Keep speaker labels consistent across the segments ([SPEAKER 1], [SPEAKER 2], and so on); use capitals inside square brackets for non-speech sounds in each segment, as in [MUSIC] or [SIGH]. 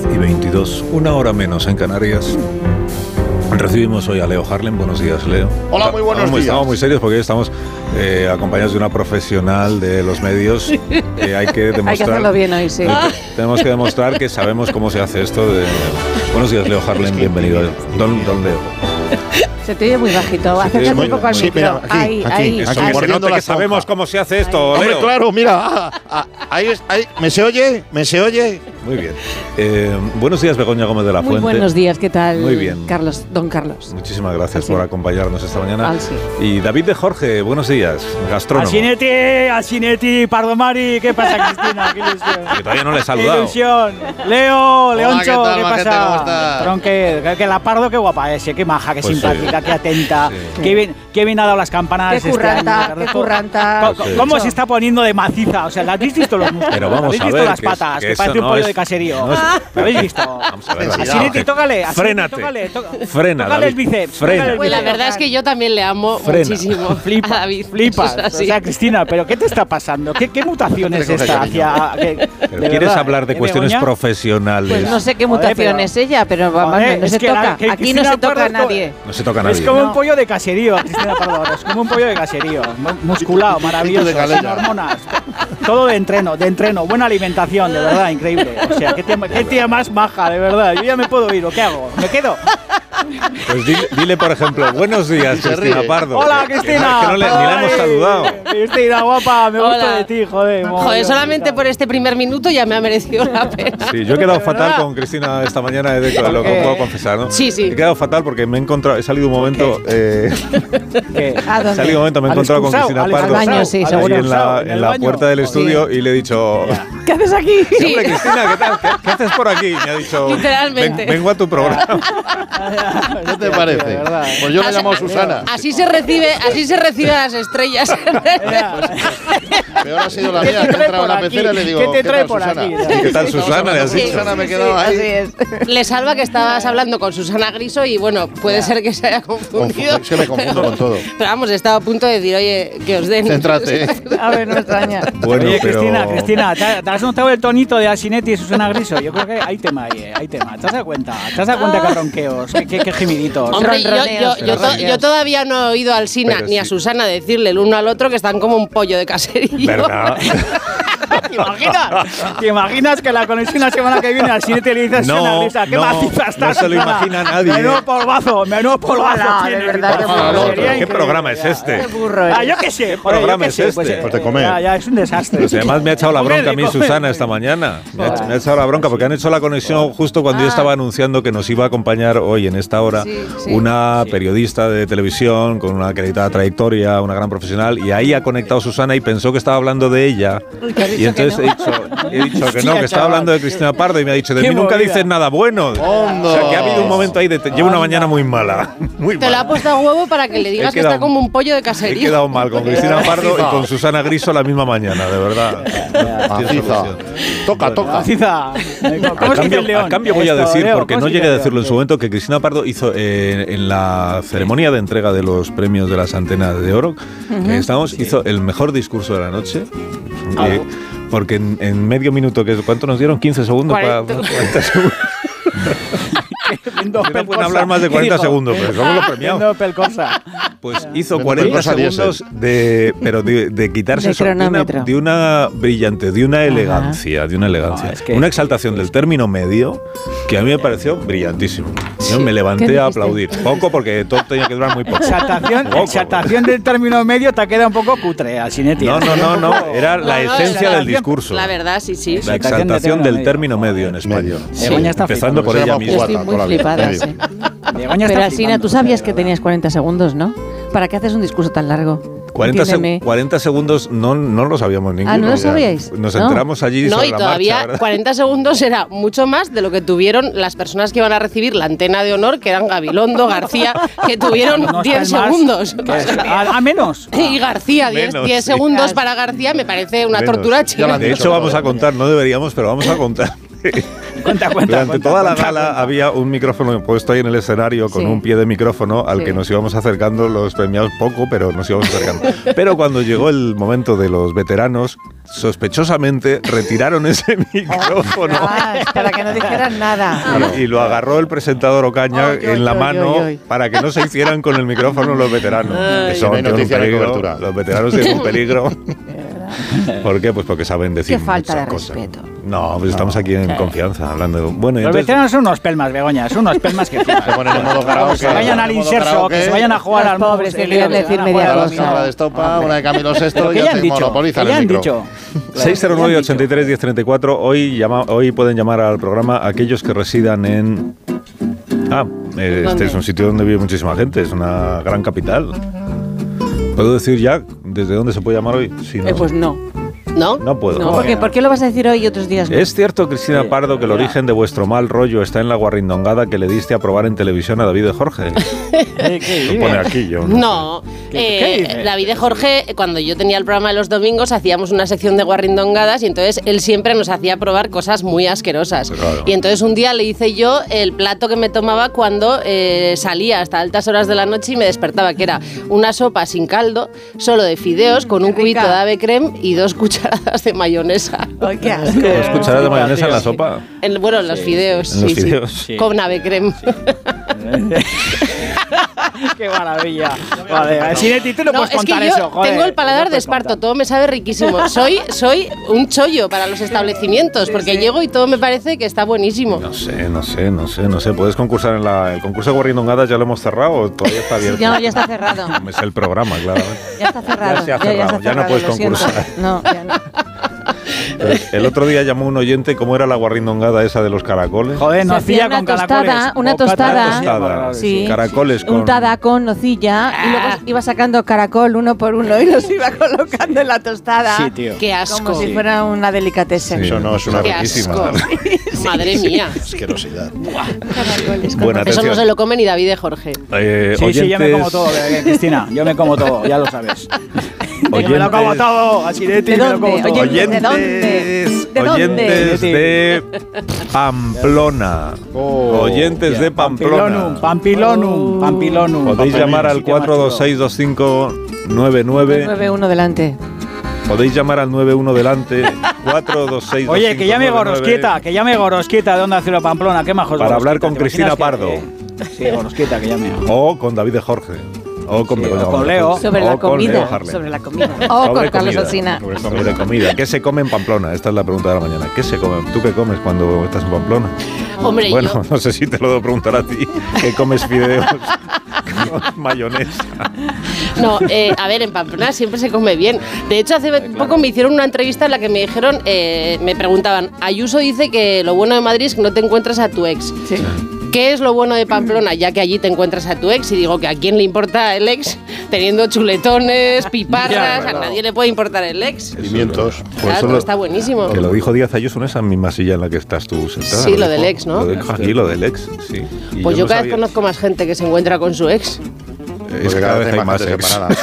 [SPEAKER 1] 22, una hora menos en Canarias. Recibimos hoy a Leo Harlem. Buenos días, Leo.
[SPEAKER 2] Hola, muy buenos
[SPEAKER 1] estamos,
[SPEAKER 2] días.
[SPEAKER 1] Estamos muy serios porque hoy estamos eh, acompañados de una profesional de los medios. que hay que demostrar.
[SPEAKER 3] [LAUGHS] Hay que hacerlo bien hoy, sí.
[SPEAKER 1] eh, tenemos que demostrar que sabemos cómo se hace esto. de- buenos días, Leo Harlem. Bienvenido. Don, don Leo.
[SPEAKER 3] Se te oye muy bajito. Acércate
[SPEAKER 1] muy
[SPEAKER 3] un poco al
[SPEAKER 1] bien.
[SPEAKER 2] Sí,
[SPEAKER 3] micro.
[SPEAKER 2] mira, aquí,
[SPEAKER 3] Ahí,
[SPEAKER 2] aquí, aquí.
[SPEAKER 3] ahí.
[SPEAKER 1] Es
[SPEAKER 3] ahí.
[SPEAKER 1] que se
[SPEAKER 2] mordiendo
[SPEAKER 1] note
[SPEAKER 2] la
[SPEAKER 1] que
[SPEAKER 2] hoja.
[SPEAKER 1] sabemos cómo se hace esto,
[SPEAKER 2] Hombre,
[SPEAKER 1] Leo.
[SPEAKER 2] claro, mira. ah, ah, ahí es, ahí- ¿Me se oye? ¿Me se oye?
[SPEAKER 1] Muy bien. Eh, buenos días, Begoña Gómez de la
[SPEAKER 3] Muy
[SPEAKER 1] Fuente.
[SPEAKER 3] buenos días, ¿qué tal?
[SPEAKER 1] Muy bien.
[SPEAKER 3] Carlos, don Carlos.
[SPEAKER 1] Pues Muchísimas gracias
[SPEAKER 3] Así.
[SPEAKER 1] por acompañarnos esta mañana.
[SPEAKER 3] Así.
[SPEAKER 1] Y David de Jorge, buenos días, gastrónomo.
[SPEAKER 4] Asineti, Asineti, Pardomari, ¿qué pasa, Cristina? Qué ilusión.
[SPEAKER 1] Que todavía no le he
[SPEAKER 4] [LAUGHS]
[SPEAKER 1] [LAUGHS]
[SPEAKER 4] Qué
[SPEAKER 1] saludado.
[SPEAKER 4] ilusión. Leo, Leoncho,
[SPEAKER 2] ¿qué tal,
[SPEAKER 4] pasa?
[SPEAKER 2] Majete? ¿Cómo estás?
[SPEAKER 4] Tronque, que- que la Pardo, qué guapa es, eh, qué maja, qué
[SPEAKER 1] Pues
[SPEAKER 4] simpática,
[SPEAKER 1] sí.
[SPEAKER 4] qué atenta.
[SPEAKER 1] Sí.
[SPEAKER 4] Qué, bien, qué bien ha dado las campanadas.
[SPEAKER 3] Qué
[SPEAKER 4] este
[SPEAKER 3] curranta,
[SPEAKER 4] año,
[SPEAKER 3] qué
[SPEAKER 4] Carlos.
[SPEAKER 3] curranta.
[SPEAKER 4] Co- co-
[SPEAKER 1] Pues sí.
[SPEAKER 4] ¿Cómo se está poniendo de maciza? O sea, ¿la habéis visto los músculos?
[SPEAKER 1] Pero vamos
[SPEAKER 4] ¿La habéis
[SPEAKER 1] a
[SPEAKER 4] visto
[SPEAKER 1] ver,
[SPEAKER 4] las
[SPEAKER 1] que es-
[SPEAKER 4] patas?
[SPEAKER 1] que
[SPEAKER 4] Que,
[SPEAKER 1] eso
[SPEAKER 4] parece
[SPEAKER 1] no
[SPEAKER 4] un pollo
[SPEAKER 1] es-
[SPEAKER 4] de caserío. [LAUGHS]
[SPEAKER 1] no es- [LAUGHS]
[SPEAKER 4] ¿Lo habéis visto?
[SPEAKER 1] Vamos a ver,
[SPEAKER 2] Densidad.
[SPEAKER 1] David.
[SPEAKER 4] Asineti, tócale. Asineti,
[SPEAKER 1] Frénate.
[SPEAKER 4] Tócale, to-
[SPEAKER 1] Frena,
[SPEAKER 4] tócale el
[SPEAKER 1] David,
[SPEAKER 4] bíceps.
[SPEAKER 1] frena.
[SPEAKER 4] tócale el
[SPEAKER 5] Pues la
[SPEAKER 4] bíceps.
[SPEAKER 5] verdad es que yo también le amo
[SPEAKER 1] Frena.
[SPEAKER 4] [LAUGHS]
[SPEAKER 5] muchísimo
[SPEAKER 3] [LAUGHS]
[SPEAKER 5] a
[SPEAKER 4] Flipas,
[SPEAKER 5] David.
[SPEAKER 4] flipas.
[SPEAKER 5] [LAUGHS] Eso es así.
[SPEAKER 4] O sea, Cristina, ¿pero qué te está pasando? ¿Qué, qué mutación es
[SPEAKER 2] Pero
[SPEAKER 4] esta? hacia- que-
[SPEAKER 1] Pero
[SPEAKER 4] de
[SPEAKER 1] ¿Quieres
[SPEAKER 4] verdad,
[SPEAKER 1] hablar de
[SPEAKER 4] ¿eh,
[SPEAKER 1] cuestiones
[SPEAKER 4] Begoña?
[SPEAKER 1] profesionales?
[SPEAKER 3] Pues no sé qué
[SPEAKER 4] Joder,
[SPEAKER 3] mutación
[SPEAKER 4] pero-
[SPEAKER 3] es ella, pero vamos,
[SPEAKER 4] Joder,
[SPEAKER 3] no
[SPEAKER 4] es
[SPEAKER 3] se
[SPEAKER 4] que
[SPEAKER 3] toca.
[SPEAKER 4] la- que
[SPEAKER 3] Aquí no
[SPEAKER 4] Cristina
[SPEAKER 3] se toca a
[SPEAKER 4] Pardo-
[SPEAKER 3] nadie.
[SPEAKER 1] No se toca a nadie.
[SPEAKER 4] Es como
[SPEAKER 3] No.
[SPEAKER 4] un pollo de caserío, Cristina Pardo. Es como un pollo de caserío. mu- Musculado, maravilloso,
[SPEAKER 2] de galera.
[SPEAKER 4] sin hormonas. Todo de entreno, de entreno. Buena alimentación, de verdad, increíble. O sea, qué tía, qué tía más maja, de verdad. Yo ya me puedo ir, ¿o qué hago? ¿Me quedo?
[SPEAKER 1] Pues dile, dile, por ejemplo, buenos días,
[SPEAKER 2] Y se
[SPEAKER 1] Cristina
[SPEAKER 2] ríe.
[SPEAKER 1] Pardo.
[SPEAKER 4] ¡Hola,
[SPEAKER 1] Que- que
[SPEAKER 4] Cristina!
[SPEAKER 1] no- que no le- ni la hemos
[SPEAKER 4] Ay,
[SPEAKER 1] saludado.
[SPEAKER 4] Cristina, guapa, me gusta
[SPEAKER 5] Hola.
[SPEAKER 4] de ti, joder.
[SPEAKER 5] Joder,
[SPEAKER 4] mogollón.
[SPEAKER 5] solamente por este primer minuto ya me ha merecido la pena.
[SPEAKER 1] Sí, yo he quedado
[SPEAKER 5] De
[SPEAKER 1] fatal
[SPEAKER 5] verdad.
[SPEAKER 1] con Cristina esta mañana, he de- lo
[SPEAKER 4] qué?
[SPEAKER 1] puedo confesar, ¿no?
[SPEAKER 5] Sí, sí.
[SPEAKER 1] He quedado fatal porque me he encontrado, he salido un momento, eh,
[SPEAKER 5] [LAUGHS]
[SPEAKER 4] ¿Qué?
[SPEAKER 3] ¿A
[SPEAKER 1] he salido un
[SPEAKER 3] dónde?
[SPEAKER 1] momento, me he
[SPEAKER 4] Al
[SPEAKER 1] encontrado con
[SPEAKER 4] excusado,
[SPEAKER 1] Cristina
[SPEAKER 4] al
[SPEAKER 1] Pardo
[SPEAKER 3] excusado, Al baño, sí,
[SPEAKER 1] ahí
[SPEAKER 3] seguro.
[SPEAKER 1] en la, en la puerta del estudio y le he
[SPEAKER 4] [LAUGHS]
[SPEAKER 1] dicho,
[SPEAKER 3] [LAUGHS] ¿Qué haces aquí?
[SPEAKER 1] Sí. Hombre, Cristina, ¿qué tal? ¿Qué, qué haces por aquí? Me ha dicho.
[SPEAKER 5] Literalmente.
[SPEAKER 1] "Ven- vengo a tu
[SPEAKER 4] [LAUGHS]
[SPEAKER 1] programa. [LAUGHS]
[SPEAKER 2] ¿Qué te
[SPEAKER 4] Hostia, tío, de
[SPEAKER 2] parece?
[SPEAKER 4] verdad.
[SPEAKER 2] Pues yo le
[SPEAKER 5] Así-
[SPEAKER 4] Ah,
[SPEAKER 2] llamo a Susana.
[SPEAKER 5] Así se recibe, así se recibe a
[SPEAKER 3] [LAUGHS]
[SPEAKER 5] las estrellas.
[SPEAKER 2] Peor ha sido la
[SPEAKER 4] ah, ¿Qué
[SPEAKER 2] mía.
[SPEAKER 4] te
[SPEAKER 2] que he
[SPEAKER 4] trae
[SPEAKER 2] entrado a
[SPEAKER 4] por
[SPEAKER 2] la
[SPEAKER 4] aquí?
[SPEAKER 2] pecera y le digo.
[SPEAKER 4] ¿Qué te
[SPEAKER 2] tal,
[SPEAKER 4] trae por
[SPEAKER 2] Susana?
[SPEAKER 4] aquí?
[SPEAKER 1] ¿Qué tal, Susana? Le has
[SPEAKER 2] Estamos hablando con
[SPEAKER 1] dicho.
[SPEAKER 2] Susana me he
[SPEAKER 3] Sí,
[SPEAKER 2] quedado
[SPEAKER 3] así
[SPEAKER 2] ahí.
[SPEAKER 3] es.
[SPEAKER 5] Le salva que estabas hablando con Susana Griso y bueno, puede ser que se haya confundido.
[SPEAKER 2] Confu- es que me confundo con
[SPEAKER 4] [LAUGHS]
[SPEAKER 2] todo.
[SPEAKER 5] Pero vamos, estaba a punto de decir, oye, que os den.
[SPEAKER 2] Céntrate.
[SPEAKER 3] A ver, no me extraña.
[SPEAKER 1] Bueno,
[SPEAKER 4] Oye,
[SPEAKER 1] pero-
[SPEAKER 4] Cristina, Cristina, ¿te te has notado el tonito de Asinetti y Susana Griso? Yo creo que hay tema ahí, eh, hay tema. ¿Te has dado cuenta? ¿Te has dado cuenta
[SPEAKER 3] Ah.
[SPEAKER 4] que bronqueos? ¿Qué, qué, qué gimiditos?
[SPEAKER 5] Hombre, yo,
[SPEAKER 3] Ronroneos,
[SPEAKER 5] yo- yo to-
[SPEAKER 3] ronroneos.
[SPEAKER 5] yo todavía no he oído a Alsina
[SPEAKER 1] Pero
[SPEAKER 5] ni a
[SPEAKER 1] sí.
[SPEAKER 5] Susana decirle el uno al otro que están como un pollo de caserío. [LAUGHS]
[SPEAKER 1] ¿Verdad?
[SPEAKER 4] ¿Te imaginas? [LAUGHS] ¿Te imaginas que la conexión la semana que viene Asinetti le dice a Susana
[SPEAKER 1] No,
[SPEAKER 4] Griso? ¡Qué
[SPEAKER 1] no,
[SPEAKER 4] maciza está!
[SPEAKER 1] no se lo
[SPEAKER 4] Susana!
[SPEAKER 1] imagina nadie. eh. Ah,
[SPEAKER 4] Menudo polvazo, menudo polvazo.
[SPEAKER 3] Ojalá,
[SPEAKER 4] tiene,
[SPEAKER 3] de verdad,
[SPEAKER 4] por
[SPEAKER 2] qué
[SPEAKER 4] favor.
[SPEAKER 2] burro.
[SPEAKER 4] Sería
[SPEAKER 2] ¿Qué
[SPEAKER 4] increíble,
[SPEAKER 1] programa es
[SPEAKER 4] ya.
[SPEAKER 1] este?
[SPEAKER 3] Qué burro eres.
[SPEAKER 4] Ah, yo qué sé, joder, yo
[SPEAKER 1] programa
[SPEAKER 4] qué
[SPEAKER 1] es
[SPEAKER 4] sé.
[SPEAKER 1] este?
[SPEAKER 4] Pues, eh,
[SPEAKER 2] Pues de comer.
[SPEAKER 4] Ya, ya, es un desastre.
[SPEAKER 1] Pues además me ha echado la
[SPEAKER 4] Comer,
[SPEAKER 1] bronca a mí
[SPEAKER 4] comer.
[SPEAKER 1] Susana esta mañana. Me ha, me ha echado la bronca porque han hecho la conexión justo
[SPEAKER 3] Ah.
[SPEAKER 1] cuando yo estaba anunciando que nos iba a acompañar hoy en esta hora
[SPEAKER 5] Sí, sí.
[SPEAKER 1] una periodista de televisión con una acreditada trayectoria, una gran profesional, y ahí ha conectado Susana y pensó que estaba hablando de ella.
[SPEAKER 3] Uy, que has
[SPEAKER 1] Y
[SPEAKER 3] dicho que
[SPEAKER 1] entonces he
[SPEAKER 3] no.
[SPEAKER 1] dicho, he dicho que
[SPEAKER 4] Hostia,
[SPEAKER 1] no, que estaba
[SPEAKER 4] chaval.
[SPEAKER 1] hablando de Cristina Pardo y me ha dicho, de
[SPEAKER 4] Qué
[SPEAKER 1] mí nunca
[SPEAKER 4] movida.
[SPEAKER 1] dices nada bueno.
[SPEAKER 2] Hondo.
[SPEAKER 1] O sea, que ha
[SPEAKER 3] Oh.
[SPEAKER 1] habido un momento ahí de. te- Llevo una mañana muy mala. [LAUGHS] Muy
[SPEAKER 5] Te lo ha
[SPEAKER 1] mala.
[SPEAKER 5] puesto a huevo para que le digas que
[SPEAKER 1] quedado-
[SPEAKER 5] está como un pollo de
[SPEAKER 1] He
[SPEAKER 5] caserío.
[SPEAKER 1] quedado mal con Cristina Pardo y con Susana Griso la misma mañana, de verdad. No tiene
[SPEAKER 2] Maciza.
[SPEAKER 1] solución.
[SPEAKER 2] Toca,
[SPEAKER 1] [LAUGHS]
[SPEAKER 2] toca.
[SPEAKER 4] Maciza.
[SPEAKER 1] A
[SPEAKER 4] ¿Cómo se dice
[SPEAKER 1] cambio,
[SPEAKER 4] el león?
[SPEAKER 1] a cambio voy a
[SPEAKER 4] Esto,
[SPEAKER 1] decir,
[SPEAKER 4] Leo,
[SPEAKER 1] porque no
[SPEAKER 4] ¿cómo se dice
[SPEAKER 1] llegué a
[SPEAKER 4] el
[SPEAKER 1] decirlo en
[SPEAKER 4] león?
[SPEAKER 1] su momento, que Cristina Pardo hizo eh, en la ceremonia de entrega de los premios de las antenas de oro, que estábamos, hizo el mejor discurso de la noche.
[SPEAKER 4] Ah.
[SPEAKER 1] eh, porque en, en medio minuto, que es- ¿cuánto nos dieron? 15 segundos. para-
[SPEAKER 5] Cuarenta.
[SPEAKER 1] [LAUGHS] 40 segundos.
[SPEAKER 4] Viendo
[SPEAKER 1] Que no pueden
[SPEAKER 4] Pelcosa.
[SPEAKER 1] hablar más de
[SPEAKER 4] ¿Qué
[SPEAKER 1] 40
[SPEAKER 4] dijo?
[SPEAKER 1] segundos, pero somos los premiados.
[SPEAKER 4] Viendo Pelcosa.
[SPEAKER 1] Pues hizo
[SPEAKER 2] Menos
[SPEAKER 1] 40
[SPEAKER 2] cosa diésel.
[SPEAKER 1] segundos de, pero de, de quitarse
[SPEAKER 3] De
[SPEAKER 1] eso, de una,
[SPEAKER 3] cronómetro.
[SPEAKER 1] de una brillante, de una elegancia, de una elegancia,
[SPEAKER 4] No, es que-
[SPEAKER 1] una exaltación del término medio que a mí me pareció brillantísimo. Yo me
[SPEAKER 3] ¿Qué
[SPEAKER 1] levanté a
[SPEAKER 3] dijiste?
[SPEAKER 1] aplaudir, poco porque todo tenía que durar muy [LAUGHS] poco.
[SPEAKER 4] Exaltación,
[SPEAKER 1] Poco,
[SPEAKER 4] exaltación del término medio te queda un poco cutre, Asinetti.
[SPEAKER 1] No, no, no, no, era
[SPEAKER 5] [LAUGHS] No, no,
[SPEAKER 1] la
[SPEAKER 5] es
[SPEAKER 1] esencia
[SPEAKER 4] la-
[SPEAKER 1] del discurso.
[SPEAKER 5] La verdad, sí, sí.
[SPEAKER 1] La exaltación del término medio en español.
[SPEAKER 2] Medio.
[SPEAKER 4] Eh, Begoña está
[SPEAKER 1] Empezando
[SPEAKER 4] flipando.
[SPEAKER 1] por
[SPEAKER 2] Se
[SPEAKER 1] ella
[SPEAKER 2] llama
[SPEAKER 1] misma.
[SPEAKER 2] Guata,
[SPEAKER 3] Estoy muy
[SPEAKER 2] toda la vida.
[SPEAKER 3] flipada,
[SPEAKER 2] Medio.
[SPEAKER 3] sí.
[SPEAKER 4] Begoña está
[SPEAKER 3] Pero Alcina,
[SPEAKER 4] flipando,
[SPEAKER 3] ¿tú sabías que
[SPEAKER 4] de verdad.
[SPEAKER 3] tenías 40 segundos, no? ¿Para qué haces un discurso tan largo?
[SPEAKER 1] 40, seg-
[SPEAKER 3] Entiéndeme.
[SPEAKER 1] 40 segundos no, no lo sabíamos ninguno.
[SPEAKER 3] Ah, ¿no lo
[SPEAKER 1] Ya.
[SPEAKER 3] sabíais?
[SPEAKER 1] Nos
[SPEAKER 3] No.
[SPEAKER 1] enteramos allí
[SPEAKER 5] No,
[SPEAKER 1] sobre
[SPEAKER 5] y
[SPEAKER 1] la
[SPEAKER 5] todavía
[SPEAKER 1] marcha, ¿verdad?
[SPEAKER 5] 40 segundos era mucho más de lo que tuvieron las personas que iban a recibir la antena de honor, que eran Gabilondo, García, que tuvieron
[SPEAKER 4] No está
[SPEAKER 5] 10
[SPEAKER 4] el más. [LAUGHS]
[SPEAKER 5] segundos.
[SPEAKER 4] ¿Qué es? ¿A,
[SPEAKER 3] [LAUGHS]
[SPEAKER 4] a menos?
[SPEAKER 5] Y García, 10
[SPEAKER 1] Menos,
[SPEAKER 5] 10
[SPEAKER 1] sí.
[SPEAKER 5] segundos para García me parece una
[SPEAKER 1] Menos.
[SPEAKER 2] Ya
[SPEAKER 5] tortura
[SPEAKER 2] lo
[SPEAKER 5] china.
[SPEAKER 2] han
[SPEAKER 1] De
[SPEAKER 2] dicho
[SPEAKER 1] hecho, vamos
[SPEAKER 2] todo.
[SPEAKER 1] a contar, no deberíamos, pero vamos a contar Durante
[SPEAKER 4] Cuenta, cuenta. cuenta,
[SPEAKER 1] toda
[SPEAKER 4] cuenta,
[SPEAKER 1] la gala
[SPEAKER 4] cuenta.
[SPEAKER 1] había un micrófono puesto ahí en el escenario con
[SPEAKER 3] Sí.
[SPEAKER 1] un pie de micrófono al
[SPEAKER 3] Sí.
[SPEAKER 1] que nos íbamos acercando los premiados poco, pero nos íbamos acercando. [LAUGHS] pero cuando llegó el momento de los veteranos, sospechosamente retiraron ese [LAUGHS] micrófono.
[SPEAKER 3] Ah, para que no dijeras nada.
[SPEAKER 1] Y y lo agarró el presentador Ocaña
[SPEAKER 3] Ay, ay,
[SPEAKER 1] en la
[SPEAKER 3] ay,
[SPEAKER 1] mano
[SPEAKER 3] ay, ay.
[SPEAKER 1] para que no se hicieran con el micrófono los veteranos. que
[SPEAKER 5] Ay.
[SPEAKER 1] son
[SPEAKER 2] No hay
[SPEAKER 1] tienen un
[SPEAKER 2] noticia de
[SPEAKER 1] peligro,
[SPEAKER 2] cobertura.
[SPEAKER 1] Los veteranos tienen un
[SPEAKER 3] [LAUGHS]
[SPEAKER 1] peligro. [LAUGHS] ¿Por qué? Pues porque saben decir
[SPEAKER 3] Qué falta
[SPEAKER 1] muchas
[SPEAKER 3] de
[SPEAKER 1] cosas.
[SPEAKER 3] respeto.
[SPEAKER 1] No, pues estamos aquí en confianza hablando. de- Bueno, y
[SPEAKER 4] Los
[SPEAKER 1] entonces-
[SPEAKER 4] veteranos son unos pelmas, Begoña, son unos pelmas
[SPEAKER 1] [LAUGHS]
[SPEAKER 4] que flipas.
[SPEAKER 2] Se ponen en modo karaoke.
[SPEAKER 4] Que se vayan al
[SPEAKER 2] En modo
[SPEAKER 4] inserso,
[SPEAKER 2] karaoke.
[SPEAKER 4] que se vayan a jugar
[SPEAKER 3] Los
[SPEAKER 4] al mundo
[SPEAKER 3] pobres que quieren
[SPEAKER 4] exterior, se van a
[SPEAKER 3] decir
[SPEAKER 4] jugar
[SPEAKER 3] media
[SPEAKER 4] al
[SPEAKER 2] Una
[SPEAKER 3] cosa.
[SPEAKER 4] dominó.
[SPEAKER 2] de Estopa, una de Camilo
[SPEAKER 4] Pero
[SPEAKER 2] VI y
[SPEAKER 4] ¿Qué ya
[SPEAKER 2] otra
[SPEAKER 4] han
[SPEAKER 2] de
[SPEAKER 4] dicho? ¿Qué
[SPEAKER 2] Monopoliza
[SPEAKER 4] ya
[SPEAKER 2] el
[SPEAKER 4] han
[SPEAKER 1] [LAUGHS]
[SPEAKER 2] micro.
[SPEAKER 4] dicho?
[SPEAKER 1] 609-83-1034. Hoy llama- hoy pueden llamar al programa aquellos que residan en. Ah, eh, este
[SPEAKER 5] ¿Dónde?
[SPEAKER 1] es un sitio donde vive muchísima gente, es una gran capital. ¿Puedo decir ya desde dónde se puede llamar hoy? Si no,
[SPEAKER 3] Eh, pues no.
[SPEAKER 5] ¿No?
[SPEAKER 1] no puedo.
[SPEAKER 3] No, porque, ¿Por qué lo vas a decir hoy y otros días no?
[SPEAKER 1] Es cierto, Cristina
[SPEAKER 4] Sí,
[SPEAKER 1] Pardo, que el
[SPEAKER 4] ya.
[SPEAKER 1] origen de vuestro mal rollo está en la guarrindongada que le diste a probar en televisión a David de Jorge.
[SPEAKER 4] Eh, ¿qué
[SPEAKER 1] Lo pone
[SPEAKER 4] dices?
[SPEAKER 1] aquí yo.
[SPEAKER 5] No,
[SPEAKER 4] ¿Qué-
[SPEAKER 5] eh,
[SPEAKER 4] qué dices?
[SPEAKER 5] David de Jorge, cuando yo tenía el programa de los domingos, hacíamos una sección de guarrindongadas y entonces él siempre nos hacía probar cosas muy asquerosas.
[SPEAKER 1] Claro.
[SPEAKER 5] Y entonces un día le hice yo el plato que me tomaba cuando eh, salía hasta altas horas de la noche y me despertaba, que era una sopa sin caldo, solo de fideos, con un
[SPEAKER 3] rica.
[SPEAKER 5] cubito de ave creme y dos [LAUGHS] cucharadas de mayonesa.
[SPEAKER 3] Ay, qué asco.
[SPEAKER 1] ¿Dos cucharadas de mayonesa en la
[SPEAKER 4] Sí.
[SPEAKER 1] sopa?
[SPEAKER 5] En- bueno, en los fideos.
[SPEAKER 1] En los
[SPEAKER 5] sí, sí.
[SPEAKER 1] fideos.
[SPEAKER 4] Sí.
[SPEAKER 5] Con ave creme.
[SPEAKER 4] Qué maravilla. Vale, sin el título
[SPEAKER 5] No,
[SPEAKER 4] puedes
[SPEAKER 5] es que
[SPEAKER 4] contar
[SPEAKER 5] yo
[SPEAKER 4] eso, joder.
[SPEAKER 5] tengo el paladar
[SPEAKER 4] No
[SPEAKER 5] de
[SPEAKER 4] puedes
[SPEAKER 5] esparto,
[SPEAKER 4] contar.
[SPEAKER 5] todo me sabe
[SPEAKER 4] [LAUGHS]
[SPEAKER 5] riquísimo. Soy, soy un chollo para los establecimientos, porque llego y todo me parece que está buenísimo.
[SPEAKER 1] No sé, no sé, no sé, no sé. ¿Puedes concursar en la, el concurso de guarrindongadas? ¿Ya lo hemos cerrado o todavía está abierto?
[SPEAKER 3] Ya, no, ya está cerrado.
[SPEAKER 1] [LAUGHS] Es el programa, claro.
[SPEAKER 3] Ya está cerrado.
[SPEAKER 1] Ya se ha
[SPEAKER 3] ya está
[SPEAKER 1] cerrado, ya no
[SPEAKER 3] cerrado,
[SPEAKER 1] puedes
[SPEAKER 3] lo siento.
[SPEAKER 1] concursar.
[SPEAKER 3] No,
[SPEAKER 1] [LAUGHS]
[SPEAKER 3] ya no.
[SPEAKER 1] El otro día llamó un oyente, ¿cómo era la guarrindongada esa de los caracoles?
[SPEAKER 4] Joder,
[SPEAKER 3] Se hacía
[SPEAKER 4] nocilla
[SPEAKER 3] una
[SPEAKER 4] con caracoles.
[SPEAKER 3] tostada, una
[SPEAKER 4] Bocata
[SPEAKER 3] tostada.
[SPEAKER 4] de nocilla,
[SPEAKER 1] Tostada.
[SPEAKER 4] sí.
[SPEAKER 3] Sí.
[SPEAKER 1] Caracoles con...
[SPEAKER 3] Untada con nocilla y luego iba sacando caracol uno por uno y los iba colocando en la tostada.
[SPEAKER 4] Sí, tío.
[SPEAKER 5] Qué asco.
[SPEAKER 3] Como si fuera una delicatessen.
[SPEAKER 1] Sí,
[SPEAKER 2] Eso no es una
[SPEAKER 5] Qué
[SPEAKER 1] riquísima.
[SPEAKER 5] asco.
[SPEAKER 1] [LAUGHS]
[SPEAKER 5] Madre mía.
[SPEAKER 2] Asquerosidad.
[SPEAKER 3] Caracoles con
[SPEAKER 1] Buena
[SPEAKER 3] nocilla.
[SPEAKER 5] Eso no
[SPEAKER 1] Atención.
[SPEAKER 5] se lo come ni David de Jorge.
[SPEAKER 1] Eh,
[SPEAKER 4] Sí, sí, yo me como
[SPEAKER 1] oyentes-
[SPEAKER 4] todo, eh, Cristina. Yo me como todo, ya lo sabes. Yo me lo como
[SPEAKER 1] oyentes-
[SPEAKER 4] todo, así de ti,
[SPEAKER 3] ¿De
[SPEAKER 4] me lo como
[SPEAKER 3] dónde?
[SPEAKER 4] todo.
[SPEAKER 3] Oye,
[SPEAKER 1] Oyentes,
[SPEAKER 3] ¿de dónde? ¿De dónde?
[SPEAKER 1] oyentes de Pamplona.
[SPEAKER 2] Oh.
[SPEAKER 1] oyentes de Pamplona.
[SPEAKER 4] Pampilonum, Pampilonum, Pampilonum.
[SPEAKER 1] Podéis
[SPEAKER 4] Pampilonum,
[SPEAKER 1] llamar al
[SPEAKER 4] sitio más chulo.
[SPEAKER 1] 4262599.
[SPEAKER 3] 9-1 delante.
[SPEAKER 1] Podéis llamar al 91 delante. 4262599.
[SPEAKER 4] Oye, que llame Gorosquieta, que llame Gorosquieta de Onda Cero Pamplona, qué majos
[SPEAKER 1] Para
[SPEAKER 4] Gorosquieta,
[SPEAKER 1] hablar con
[SPEAKER 4] ¿te imaginas
[SPEAKER 1] Cristina
[SPEAKER 4] que- Sí, Gorosquieta, que llame.
[SPEAKER 1] O con David de Jorge. O con,
[SPEAKER 4] Sí,
[SPEAKER 1] Begoña
[SPEAKER 4] o con
[SPEAKER 1] Gómez.
[SPEAKER 4] Leo.
[SPEAKER 3] Sobre
[SPEAKER 1] O
[SPEAKER 3] la
[SPEAKER 1] con Leo
[SPEAKER 3] comida.
[SPEAKER 1] Harlem.
[SPEAKER 3] Sobre la comida. O Oh, con
[SPEAKER 1] Sobre
[SPEAKER 3] Carlos
[SPEAKER 1] comida.
[SPEAKER 3] Alsina.
[SPEAKER 1] Sobre comida. Sobre comida. ¿Qué se come en Pamplona? Esta es la pregunta de la mañana. ¿Qué se come? ¿Tú qué comes cuando estás en Pamplona?
[SPEAKER 5] Hombre,
[SPEAKER 1] bueno,
[SPEAKER 5] yo.
[SPEAKER 1] no sé si te lo debo preguntar a ti. ¿Qué comes
[SPEAKER 5] [LAUGHS]
[SPEAKER 1] fideos con mayonesa?
[SPEAKER 5] No, eh, a ver, en Pamplona siempre se come bien. De hecho, hace poco me hicieron una entrevista en la que me dijeron, eh, me preguntaban, Ayuso dice que lo bueno de Madrid es que no te encuentras a tu ex.
[SPEAKER 3] Sí.
[SPEAKER 5] ¿Qué es lo bueno de Pamplona? Ya que allí te encuentras a tu ex y digo que a quién le importa el ex teniendo chuletones,
[SPEAKER 4] Ya,
[SPEAKER 5] piparras,
[SPEAKER 4] bueno.
[SPEAKER 5] a nadie le puede importar el ex.
[SPEAKER 2] Pimientos.
[SPEAKER 1] Pues
[SPEAKER 5] Claro,
[SPEAKER 1] solo-
[SPEAKER 5] está buenísimo.
[SPEAKER 1] Que lo dijo Díaz Ayuso en esa misma silla en la que estás tú sentada.
[SPEAKER 5] Sí, lo
[SPEAKER 1] dijo-
[SPEAKER 5] del ex, ¿no?
[SPEAKER 1] Lo dijo aquí, lo del ex, sí. Y
[SPEAKER 5] Pues
[SPEAKER 1] no
[SPEAKER 5] yo, cada vez
[SPEAKER 1] sabía.
[SPEAKER 5] conozco más gente que se encuentra con su ex.
[SPEAKER 1] Es que cada vez hay más
[SPEAKER 2] gente
[SPEAKER 1] ex.
[SPEAKER 2] separada.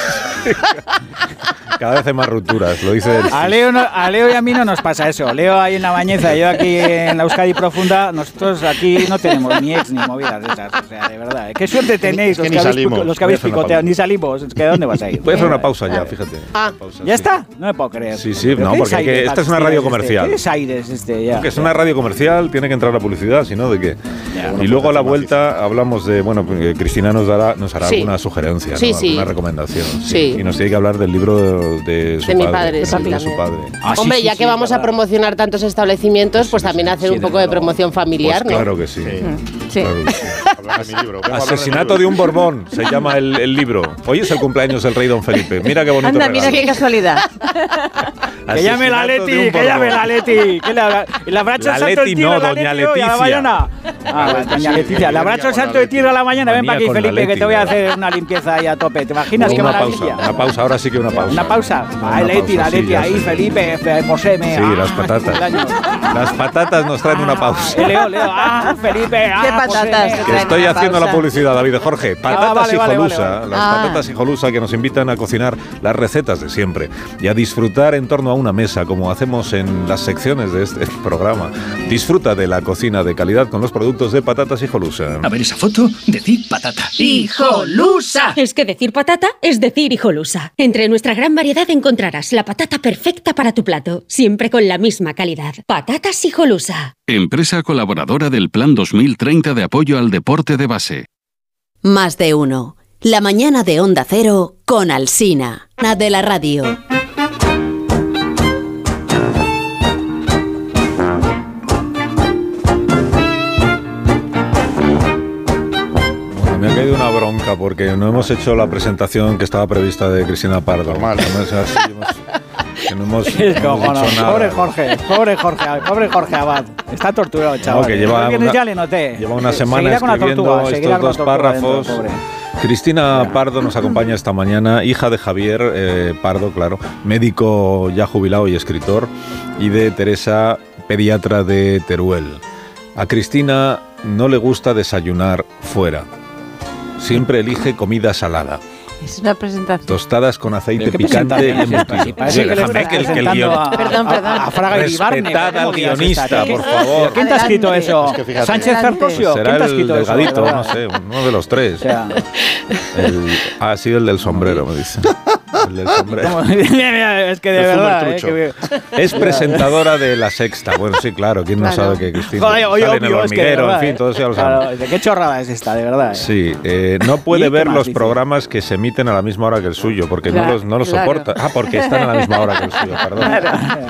[SPEAKER 1] Cada vez hay más rupturas, lo [LAUGHS] dice él.
[SPEAKER 4] A Leo, no- a Leo y a mí no nos pasa eso. Leo ahí en la bañeza, yo aquí en la Euskadi profunda, nosotros aquí no tenemos ni ex ni movidas de esas. O sea, de verdad. Qué suerte tenéis
[SPEAKER 2] que
[SPEAKER 4] los
[SPEAKER 2] ni
[SPEAKER 4] que habéis, pico-
[SPEAKER 2] salimos.
[SPEAKER 4] los que habéis
[SPEAKER 1] Voy a hacer una pausa.
[SPEAKER 4] picoteado. Ni salimos. Es que ¿a dónde vas a ir?
[SPEAKER 1] Voy a hacer una pausa ya, fíjate.
[SPEAKER 5] Ah,
[SPEAKER 1] Pausa,
[SPEAKER 4] ¿Ya
[SPEAKER 1] sí.
[SPEAKER 4] está? No me puedo creer.
[SPEAKER 1] Sí, sí,
[SPEAKER 4] ¿Pero
[SPEAKER 1] no,
[SPEAKER 4] qué
[SPEAKER 1] porque hay
[SPEAKER 4] desaire
[SPEAKER 1] que- esta es una
[SPEAKER 4] taxista
[SPEAKER 1] radio
[SPEAKER 4] este?
[SPEAKER 1] comercial.
[SPEAKER 4] ¿Qué desaire es este? Ya.
[SPEAKER 1] Que es una radio comercial, tiene que entrar la publicidad, si no, ¿de qué? y luego a la vuelta hablamos de, bueno, eh, Cristina nos dará, nos hará
[SPEAKER 5] Sí.
[SPEAKER 1] alguna sugencia,
[SPEAKER 5] Sí,
[SPEAKER 1] ¿no?
[SPEAKER 5] sí.
[SPEAKER 1] alguna recomendación.
[SPEAKER 5] Sí.
[SPEAKER 1] Y nos tiene que hablar del libro de, de su
[SPEAKER 5] De mi padre,
[SPEAKER 1] padre,
[SPEAKER 5] sí.
[SPEAKER 1] de su padre.
[SPEAKER 4] Ah, sí,
[SPEAKER 5] Hombre,
[SPEAKER 4] sí,
[SPEAKER 5] ya
[SPEAKER 4] sí,
[SPEAKER 5] que
[SPEAKER 4] es
[SPEAKER 5] vamos a
[SPEAKER 4] verdad.
[SPEAKER 5] promocionar tantos establecimientos, pues también hacer un poco de promoción familiar,
[SPEAKER 1] Pues claro que sí.
[SPEAKER 3] Sí.
[SPEAKER 1] Claro que sí.
[SPEAKER 2] Hablar de mi libro. Vengo a hablar de mi
[SPEAKER 1] Asesinato de
[SPEAKER 2] libro.
[SPEAKER 1] un Borbón se llama el, el libro. Hoy es el cumpleaños del rey don Felipe. Mira qué bonito
[SPEAKER 3] Anda, mira qué
[SPEAKER 1] regalo.
[SPEAKER 3] casualidad. [LAUGHS]
[SPEAKER 4] Que llame la
[SPEAKER 1] Asesinato de
[SPEAKER 4] Leti,
[SPEAKER 1] un
[SPEAKER 4] que llame
[SPEAKER 1] Borbón.
[SPEAKER 4] la Leti. Que le abra- y le abracho
[SPEAKER 1] La
[SPEAKER 4] el santo
[SPEAKER 1] Leti
[SPEAKER 4] el tiro
[SPEAKER 1] no,
[SPEAKER 4] a la
[SPEAKER 1] doña
[SPEAKER 4] Leti hoy, a la
[SPEAKER 1] Leticia.
[SPEAKER 4] mañana. Ah, doña Leticia. Le abracho el santo el tiro a la mañana. Ven
[SPEAKER 1] Manía
[SPEAKER 4] para aquí,
[SPEAKER 1] con la
[SPEAKER 4] Felipe, que
[SPEAKER 1] Leti,
[SPEAKER 4] te voy a
[SPEAKER 1] ¿verdad?
[SPEAKER 4] hacer una limpieza ahí a tope. ¿Te imaginas qué
[SPEAKER 1] una
[SPEAKER 4] maravilla?
[SPEAKER 1] pausa, una pausa, ahora sí que una pausa.
[SPEAKER 4] Una pausa. Ah,
[SPEAKER 1] Una
[SPEAKER 4] Leti, la
[SPEAKER 1] pausa, sí,
[SPEAKER 4] Leti,
[SPEAKER 1] ya
[SPEAKER 4] ahí,
[SPEAKER 1] sé.
[SPEAKER 4] Felipe, Fe- José, me.
[SPEAKER 1] Sí,
[SPEAKER 4] ah,
[SPEAKER 1] las patatas.
[SPEAKER 4] cumpleaños.
[SPEAKER 1] Las patatas nos traen una
[SPEAKER 4] Ah,
[SPEAKER 1] pausa.
[SPEAKER 4] Leo, Leo, ah, Felipe, ah,
[SPEAKER 3] Qué patatas
[SPEAKER 4] José,
[SPEAKER 3] te
[SPEAKER 4] me,
[SPEAKER 1] Que
[SPEAKER 4] ah,
[SPEAKER 3] traen.
[SPEAKER 4] [LAUGHS]
[SPEAKER 1] estoy estoy
[SPEAKER 3] una
[SPEAKER 1] haciendo
[SPEAKER 3] pausa.
[SPEAKER 1] la publicidad, David Jorge. Patatas
[SPEAKER 4] Ah, vale,
[SPEAKER 1] y
[SPEAKER 4] vale, vale,
[SPEAKER 1] Jolusa,
[SPEAKER 4] vale.
[SPEAKER 1] las
[SPEAKER 3] Ah.
[SPEAKER 1] patatas y Jolusa que nos invitan a cocinar las recetas de siempre y a disfrutar en torno a una mesa, como hacemos en las secciones de este programa. Disfruta de la cocina de calidad con los productos de Patatas y Jolusa.
[SPEAKER 6] Ah, pues,
[SPEAKER 7] A ver esa foto, decir patata.
[SPEAKER 8] ¡Hijolusa! Es que decir patata es decir hijolusa. Entre nuestra gran variedad encontrarás la patata perfecta para tu plato, siempre con la misma calidad. Patatas hijolusa.
[SPEAKER 9] Empresa colaboradora del Plan 2030 de apoyo al deporte de base.
[SPEAKER 10] Más de uno. La mañana de Onda Cero con Alsina. Na de la radio.
[SPEAKER 1] Me ha caído una bronca porque no hemos hecho la presentación que estaba prevista de Cristina Pardo.
[SPEAKER 2] Normal.
[SPEAKER 1] No es así, hemos- que no hemos, no hemos
[SPEAKER 4] Cojones.
[SPEAKER 1] hecho nada.
[SPEAKER 4] Pobre Jorge, pobre Jorge, pobre Jorge Abad. Está torturado, chaval.
[SPEAKER 1] que lleva
[SPEAKER 4] El viernes
[SPEAKER 1] una-
[SPEAKER 4] ya le noté.
[SPEAKER 1] Lleva una
[SPEAKER 4] Seguirá
[SPEAKER 1] semana
[SPEAKER 4] con la
[SPEAKER 1] escribiendo
[SPEAKER 4] tortuga,
[SPEAKER 1] estos
[SPEAKER 4] seguirá con la
[SPEAKER 1] dos
[SPEAKER 4] tortuga
[SPEAKER 1] párrafos.
[SPEAKER 4] dentro, pobre.
[SPEAKER 1] Cristina Pardo nos acompaña esta mañana, hija de Javier eh, Pardo, claro, médico ya jubilado y escritor, y de Teresa, pediatra de Teruel. A Cristina no le gusta desayunar fuera. Siempre elige comida salada,
[SPEAKER 3] Es una presentación.
[SPEAKER 1] tostadas con aceite
[SPEAKER 4] ¿Qué
[SPEAKER 1] picante y
[SPEAKER 4] presentación es esta?
[SPEAKER 1] embutido.
[SPEAKER 4] Si parece que le
[SPEAKER 1] Déjame
[SPEAKER 4] estás
[SPEAKER 1] que el- que el
[SPEAKER 4] presentando
[SPEAKER 1] guion-
[SPEAKER 4] a-
[SPEAKER 3] Perdón,
[SPEAKER 4] a-
[SPEAKER 3] perdón.
[SPEAKER 4] a Fraga Iribarne.
[SPEAKER 1] Respetad
[SPEAKER 4] ¿Cómo
[SPEAKER 1] al
[SPEAKER 4] digas esta,
[SPEAKER 1] guionista,
[SPEAKER 4] tío?
[SPEAKER 1] por favor.
[SPEAKER 4] ¿Quién te ha escrito
[SPEAKER 3] Adelante.
[SPEAKER 4] eso?
[SPEAKER 2] Es que fíjate.
[SPEAKER 4] Sánchez
[SPEAKER 3] Adelante.
[SPEAKER 4] Cercosio. ¿Quién
[SPEAKER 1] Será
[SPEAKER 4] te ha
[SPEAKER 1] el
[SPEAKER 4] escrito eso? de
[SPEAKER 1] delgadito,
[SPEAKER 4] verdad?
[SPEAKER 1] no sé, uno de los tres.
[SPEAKER 4] O sea,
[SPEAKER 1] El- ha sido el del sombrero, me dice. El del sombrero.
[SPEAKER 4] [LAUGHS] como- mira, mira, es que de
[SPEAKER 2] El fútbol
[SPEAKER 4] verdad. eh,
[SPEAKER 2] trucho.
[SPEAKER 4] que-
[SPEAKER 1] Es presentadora de La Sexta. Bueno, sí, claro, ¿quién no
[SPEAKER 3] Claro.
[SPEAKER 1] sabe que Cristina
[SPEAKER 4] Joder, oye,
[SPEAKER 1] sale en el
[SPEAKER 4] obvio, es que de
[SPEAKER 1] hormiguero?
[SPEAKER 4] verdad,
[SPEAKER 1] en fin,
[SPEAKER 4] eh.
[SPEAKER 1] todos ya lo
[SPEAKER 4] Claro,
[SPEAKER 1] saben.
[SPEAKER 4] es de qué chorrada es esta, de verdad. eh.
[SPEAKER 1] Sí, eh, no
[SPEAKER 4] [LAUGHS] ¿Y
[SPEAKER 1] puede
[SPEAKER 4] qué
[SPEAKER 1] ver
[SPEAKER 4] más
[SPEAKER 1] los
[SPEAKER 4] dice?
[SPEAKER 1] programas que se emiten a la misma hora que el suyo, porque no
[SPEAKER 3] Claro,
[SPEAKER 1] los, no los
[SPEAKER 3] claro.
[SPEAKER 1] soporta. Ah, porque están a la misma hora que el suyo, perdón. [LAUGHS]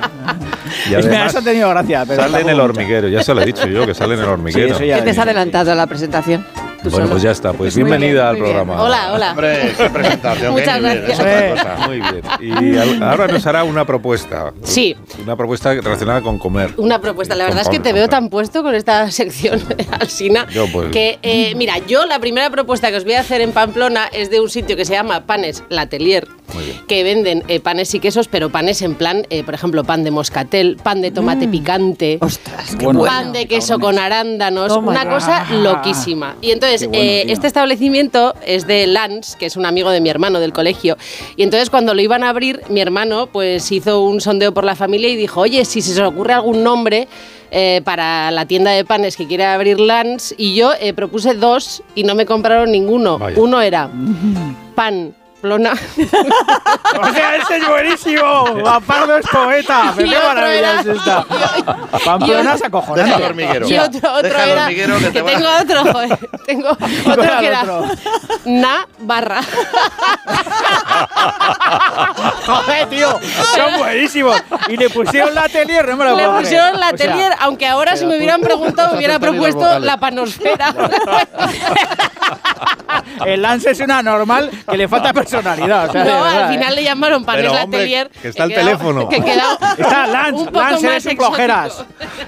[SPEAKER 1] Y
[SPEAKER 4] Es- mira,
[SPEAKER 1] además
[SPEAKER 4] [LAUGHS] eso ha tenido gracia. Pero
[SPEAKER 1] sale en
[SPEAKER 4] tampoco
[SPEAKER 1] el
[SPEAKER 4] mucha.
[SPEAKER 1] hormiguero, ya se lo he dicho yo, que sale en el
[SPEAKER 4] Sí,
[SPEAKER 1] hormiguero.
[SPEAKER 4] eso ya
[SPEAKER 3] Que te has
[SPEAKER 4] lo vi.
[SPEAKER 3] adelantado a la presentación. tú
[SPEAKER 1] bueno,
[SPEAKER 3] solo.
[SPEAKER 1] pues ya está, pues
[SPEAKER 3] Muy bien,
[SPEAKER 1] bienvenida al
[SPEAKER 3] muy bien.
[SPEAKER 1] programa.
[SPEAKER 5] Hola, hola.
[SPEAKER 2] Hombre, qué presentación.
[SPEAKER 5] Muchas
[SPEAKER 2] qué nivel,
[SPEAKER 5] gracias.
[SPEAKER 2] es otra cosa.
[SPEAKER 1] Muy bien. Y al- ahora nos hará una propuesta.
[SPEAKER 5] Sí.
[SPEAKER 1] Una propuesta relacionada con comer.
[SPEAKER 5] Una propuesta. La
[SPEAKER 1] Con
[SPEAKER 5] verdad es que
[SPEAKER 1] Pablo,
[SPEAKER 5] te veo
[SPEAKER 1] con Pablo.
[SPEAKER 5] tan puesto con esta sección, [LAUGHS] Alsina,
[SPEAKER 1] Yo, pues.
[SPEAKER 5] que eh, mira, yo la primera propuesta que os voy a hacer en Pamplona es de un sitio que se llama Panes Latelier, que venden eh, panes y quesos, pero panes en plan, eh, por ejemplo, pan de moscatel, pan de tomate picante.
[SPEAKER 3] Ostras, qué
[SPEAKER 4] Bueno.
[SPEAKER 3] bueno.
[SPEAKER 5] pan de queso con arándanos,
[SPEAKER 3] Toma
[SPEAKER 5] una
[SPEAKER 3] ya.
[SPEAKER 5] cosa loquísima. Y entonces,
[SPEAKER 4] Qué bueno,
[SPEAKER 5] eh,
[SPEAKER 4] tío.
[SPEAKER 5] este establecimiento es de Lance, que es un amigo de mi hermano del colegio. Y entonces, cuando lo iban a abrir, mi hermano pues hizo un sondeo por la familia y dijo, oye, si se os ocurre algún nombre... eh, para la tienda de panes que quiere abrir Lance y yo eh, propuse dos y no me compraron ninguno.
[SPEAKER 1] Vaya.
[SPEAKER 5] Uno era pan plona
[SPEAKER 4] O sea, ese es
[SPEAKER 1] [LAUGHS]
[SPEAKER 4] buenísimo. Pampardo es poeta. Pero
[SPEAKER 5] Y
[SPEAKER 4] qué
[SPEAKER 5] otro
[SPEAKER 4] maravilla
[SPEAKER 5] era-
[SPEAKER 4] es
[SPEAKER 5] [LAUGHS]
[SPEAKER 4] esta. Pamplona es acojonante.
[SPEAKER 2] Deja el hormiguero.
[SPEAKER 5] Y otro, otro
[SPEAKER 2] Deja el
[SPEAKER 5] era.
[SPEAKER 2] hormiguero que
[SPEAKER 5] que
[SPEAKER 2] te va-
[SPEAKER 5] tengo otro, joder. Tengo otro
[SPEAKER 4] era el
[SPEAKER 5] que era.
[SPEAKER 4] otro?
[SPEAKER 5] Na barra.
[SPEAKER 4] Joder, tío, son buenísimos. Y le pusieron la atelier, no me lo
[SPEAKER 5] Le
[SPEAKER 4] puedo creer.
[SPEAKER 5] pusieron la
[SPEAKER 4] O sea,
[SPEAKER 5] telier, aunque ahora si
[SPEAKER 4] pero
[SPEAKER 5] me
[SPEAKER 4] tú-
[SPEAKER 5] hubieran preguntado,
[SPEAKER 2] has
[SPEAKER 5] me hubiera
[SPEAKER 2] acertado las
[SPEAKER 5] propuesto
[SPEAKER 2] vocales.
[SPEAKER 5] la panosfera.
[SPEAKER 4] el lance es una normal que le falta personalidad. o sea, de
[SPEAKER 5] no,
[SPEAKER 4] verdad,
[SPEAKER 5] al final
[SPEAKER 4] ¿eh?
[SPEAKER 5] le llamaron panes
[SPEAKER 1] Pero,
[SPEAKER 5] la
[SPEAKER 1] hombre,
[SPEAKER 5] telier.
[SPEAKER 1] que está el
[SPEAKER 5] he quedado-
[SPEAKER 1] teléfono.
[SPEAKER 5] Que he quedado
[SPEAKER 4] Está Lance,
[SPEAKER 5] un poco
[SPEAKER 4] Lance
[SPEAKER 5] más
[SPEAKER 4] eres un
[SPEAKER 5] exótico.
[SPEAKER 4] flojeras.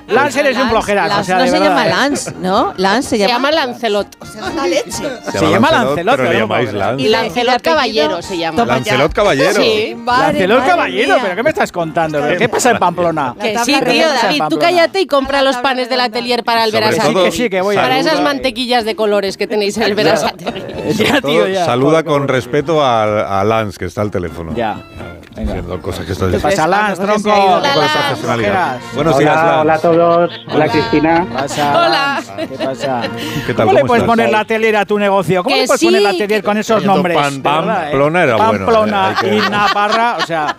[SPEAKER 4] Lance eres un
[SPEAKER 3] Lance,
[SPEAKER 4] flojeras. O
[SPEAKER 3] Lance
[SPEAKER 4] sea,
[SPEAKER 3] no
[SPEAKER 4] de
[SPEAKER 3] se
[SPEAKER 4] verdad,
[SPEAKER 3] llama
[SPEAKER 4] ¿eh?
[SPEAKER 3] Lance, ¿no? Lance se
[SPEAKER 5] Se
[SPEAKER 3] llama.
[SPEAKER 5] llama Lancelot.
[SPEAKER 3] La leche.
[SPEAKER 4] Se llama Lancelot,
[SPEAKER 1] pero le
[SPEAKER 4] ¿no?
[SPEAKER 1] llamáis Lance.
[SPEAKER 5] Y Lancelot
[SPEAKER 3] apellido?
[SPEAKER 5] Caballero se llama.
[SPEAKER 3] Toma
[SPEAKER 1] Lancelot Caballero.
[SPEAKER 5] Sí.
[SPEAKER 4] Lancelot Caballero, ¿pero qué me estás contando? ¿Pero ¿Qué pasa en Pamplona?
[SPEAKER 5] Que
[SPEAKER 3] tabla
[SPEAKER 5] sí,
[SPEAKER 3] redonda
[SPEAKER 5] tío,
[SPEAKER 3] en
[SPEAKER 5] David, tú
[SPEAKER 4] Pamplona.
[SPEAKER 5] cállate y compra
[SPEAKER 3] La
[SPEAKER 5] los
[SPEAKER 3] tabla
[SPEAKER 5] panes del
[SPEAKER 3] redonda.
[SPEAKER 5] atelier para el
[SPEAKER 1] Sobre
[SPEAKER 5] Verasateri.
[SPEAKER 1] todo,
[SPEAKER 4] Que sí, que voy a-
[SPEAKER 5] Pues Para
[SPEAKER 1] saluda-
[SPEAKER 5] esas mantequillas de colores que tenéis en el Verasateri.
[SPEAKER 4] [LAUGHS] Ya,
[SPEAKER 1] Sobre todo,
[SPEAKER 4] tío, ya.
[SPEAKER 1] Saluda
[SPEAKER 4] Joder,
[SPEAKER 1] con
[SPEAKER 4] qué
[SPEAKER 1] respeto a, a Lance, que está al teléfono.
[SPEAKER 4] Ya. Venga.
[SPEAKER 1] Haciendo cosas que estás
[SPEAKER 4] ¿Qué
[SPEAKER 1] diciendo.
[SPEAKER 4] pasa, Lance,
[SPEAKER 3] Entonces,
[SPEAKER 4] tronco?
[SPEAKER 3] ya ha ido
[SPEAKER 1] Pues Con
[SPEAKER 5] Hola, Lance.
[SPEAKER 1] profesionalidad.
[SPEAKER 4] Flojeras.
[SPEAKER 1] Buenos días, Lance.
[SPEAKER 11] Hola, hola a todos. Hola Cristina.
[SPEAKER 4] ¿Qué pasa,
[SPEAKER 5] Hola.
[SPEAKER 4] Lance? ¿Qué pasa?
[SPEAKER 1] ¿Qué tal?
[SPEAKER 4] ¿Cómo le
[SPEAKER 1] ¿Cómo
[SPEAKER 4] puedes
[SPEAKER 1] estás?
[SPEAKER 4] poner la telier a tu negocio? ¿Cómo
[SPEAKER 5] Que
[SPEAKER 4] le puedes poner
[SPEAKER 5] sí,
[SPEAKER 4] la telier con esos
[SPEAKER 2] Oye,
[SPEAKER 4] nombres?
[SPEAKER 2] Pan-
[SPEAKER 4] De verdad, ¿eh?
[SPEAKER 1] Pamplona era bueno,
[SPEAKER 4] Pamplona
[SPEAKER 1] eh, hay que-
[SPEAKER 4] y Navarra,
[SPEAKER 1] [LAUGHS]
[SPEAKER 4] o sea,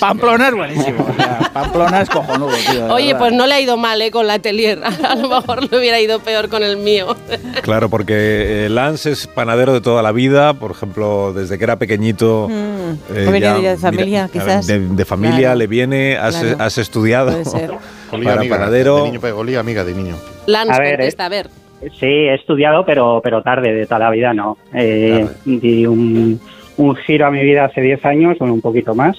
[SPEAKER 4] Pamplona es buenísimo. o sea, Pamplona es cojonudo, tío. de
[SPEAKER 5] Oye,
[SPEAKER 4] verdad.
[SPEAKER 5] pues no le ha ido mal eh, con la atelier. [LAUGHS] A lo mejor le hubiera ido peor con el mío.
[SPEAKER 1] Claro, porque eh, Lance es panadero de toda la vida, por ejemplo, desde que era pequeñito. eh,
[SPEAKER 3] ha venido Mm. de familia, quizás.
[SPEAKER 1] De, de familia
[SPEAKER 3] Claro.
[SPEAKER 1] le viene, has,
[SPEAKER 3] Claro.
[SPEAKER 1] has estudiado [LAUGHS]
[SPEAKER 3] Puede ser.
[SPEAKER 2] Golía
[SPEAKER 1] para
[SPEAKER 2] amiga, de
[SPEAKER 1] panadero.
[SPEAKER 2] niño, pues, golía amiga de niño.
[SPEAKER 5] Lance,
[SPEAKER 11] A ver,
[SPEAKER 5] contesta, a ver.
[SPEAKER 11] Sí, he estudiado, pero, pero tarde, de toda la vida no. Eh, Di un, un giro a mi vida hace 10 años, bueno, un poquito más.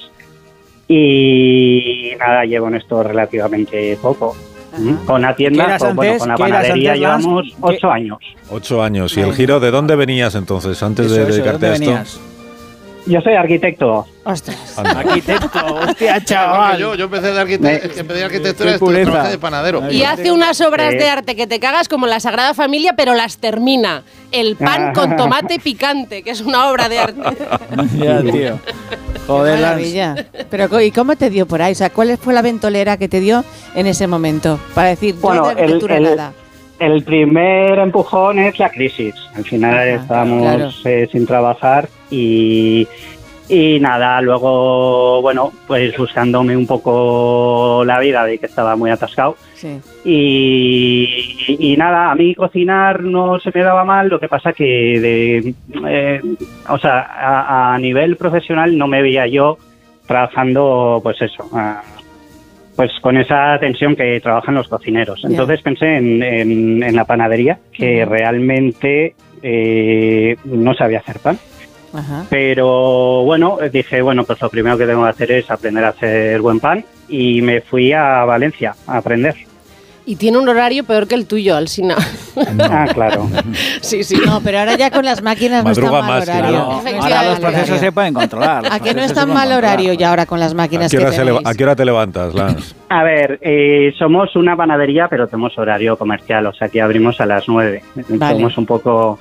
[SPEAKER 11] Y nada, llevo en esto relativamente poco. ¿Mm? Con la
[SPEAKER 4] ¿Qué
[SPEAKER 11] tienda,
[SPEAKER 4] eras
[SPEAKER 11] con, bueno,
[SPEAKER 4] antes?
[SPEAKER 11] con la
[SPEAKER 4] ¿Qué eras
[SPEAKER 11] panadería
[SPEAKER 4] antes, Lance?
[SPEAKER 11] llevamos
[SPEAKER 4] ¿Qué-
[SPEAKER 11] 8 años.
[SPEAKER 1] Ocho años. ¿Y el giro de dónde venías entonces, antes
[SPEAKER 4] Eso,
[SPEAKER 1] de
[SPEAKER 4] eso,
[SPEAKER 1] dedicarte
[SPEAKER 4] ¿dónde
[SPEAKER 1] a esto?
[SPEAKER 4] venías?
[SPEAKER 11] Yo soy arquitecto.
[SPEAKER 3] Ostras.
[SPEAKER 4] Arquitecto, [LAUGHS] hostia,
[SPEAKER 2] Porque
[SPEAKER 4] chaval.
[SPEAKER 2] Yo, yo empecé de, arquite- empecé de arquitectura,
[SPEAKER 4] Ah, Qué
[SPEAKER 2] estuve-
[SPEAKER 4] pureza.
[SPEAKER 2] trabajé de panadero.
[SPEAKER 5] Y hace unas obras
[SPEAKER 11] Sí.
[SPEAKER 5] de arte que te cagas como la Sagrada Familia, pero las termina. El pan con tomate picante, que es una obra de arte.
[SPEAKER 4] Ya, tío. Joder, Lance.
[SPEAKER 3] Maravilla. Pero, co- ¿y cómo te dio por ahí? O sea, ¿cuál fue la ventolera que te dio en ese momento? Para decir, yo
[SPEAKER 11] Bueno,
[SPEAKER 3] de
[SPEAKER 11] el-
[SPEAKER 3] arquitectura
[SPEAKER 11] el-
[SPEAKER 3] nada.
[SPEAKER 11] El primer empujón es la crisis. Al final
[SPEAKER 3] Ajá,
[SPEAKER 11] estábamos
[SPEAKER 3] claro.
[SPEAKER 11] eh, sin trabajar y, y nada, luego, bueno, pues buscándome un poco la vida de que estaba muy atascado.
[SPEAKER 3] Sí.
[SPEAKER 11] Y, y nada, a mí cocinar no se me daba mal, lo que pasa que, de, eh, o sea, a, a nivel profesional no me veía yo trabajando, pues eso, ah, pues con esa tensión que trabajan los cocineros.
[SPEAKER 3] Ya.
[SPEAKER 11] Entonces pensé en, en- en la panadería, que
[SPEAKER 3] Ujú.
[SPEAKER 11] realmente eh, no sabía hacer pan.
[SPEAKER 3] Ajá.
[SPEAKER 11] Pero bueno, dije, bueno, pues lo primero que tengo que hacer es aprender a hacer buen pan y me fui a Valencia a aprender.
[SPEAKER 5] Y tiene un horario peor que el tuyo, Alsina.
[SPEAKER 11] Ah, claro.
[SPEAKER 5] Sí, sí.
[SPEAKER 3] No, pero ahora ya con las máquinas no
[SPEAKER 1] Madruga
[SPEAKER 3] está mal
[SPEAKER 1] más,
[SPEAKER 3] horario.
[SPEAKER 1] claro.
[SPEAKER 3] No
[SPEAKER 4] Claro,
[SPEAKER 3] está
[SPEAKER 4] ahora
[SPEAKER 3] mal
[SPEAKER 4] los procesos
[SPEAKER 3] horario.
[SPEAKER 4] se pueden controlar. los
[SPEAKER 3] ¿A que no
[SPEAKER 4] procesos
[SPEAKER 3] es
[SPEAKER 4] se
[SPEAKER 3] tan
[SPEAKER 4] pueden
[SPEAKER 3] mal horario
[SPEAKER 4] controlar.
[SPEAKER 3] ya ahora con las máquinas
[SPEAKER 1] ¿A qué,
[SPEAKER 3] que
[SPEAKER 1] hora se leva- a
[SPEAKER 3] tenéis?
[SPEAKER 1] qué hora te levantas, Lance?
[SPEAKER 11] A ver, eh, somos una panadería, pero tenemos horario comercial, o sea que abrimos a las 9.
[SPEAKER 3] Vale.
[SPEAKER 11] Somos un poco.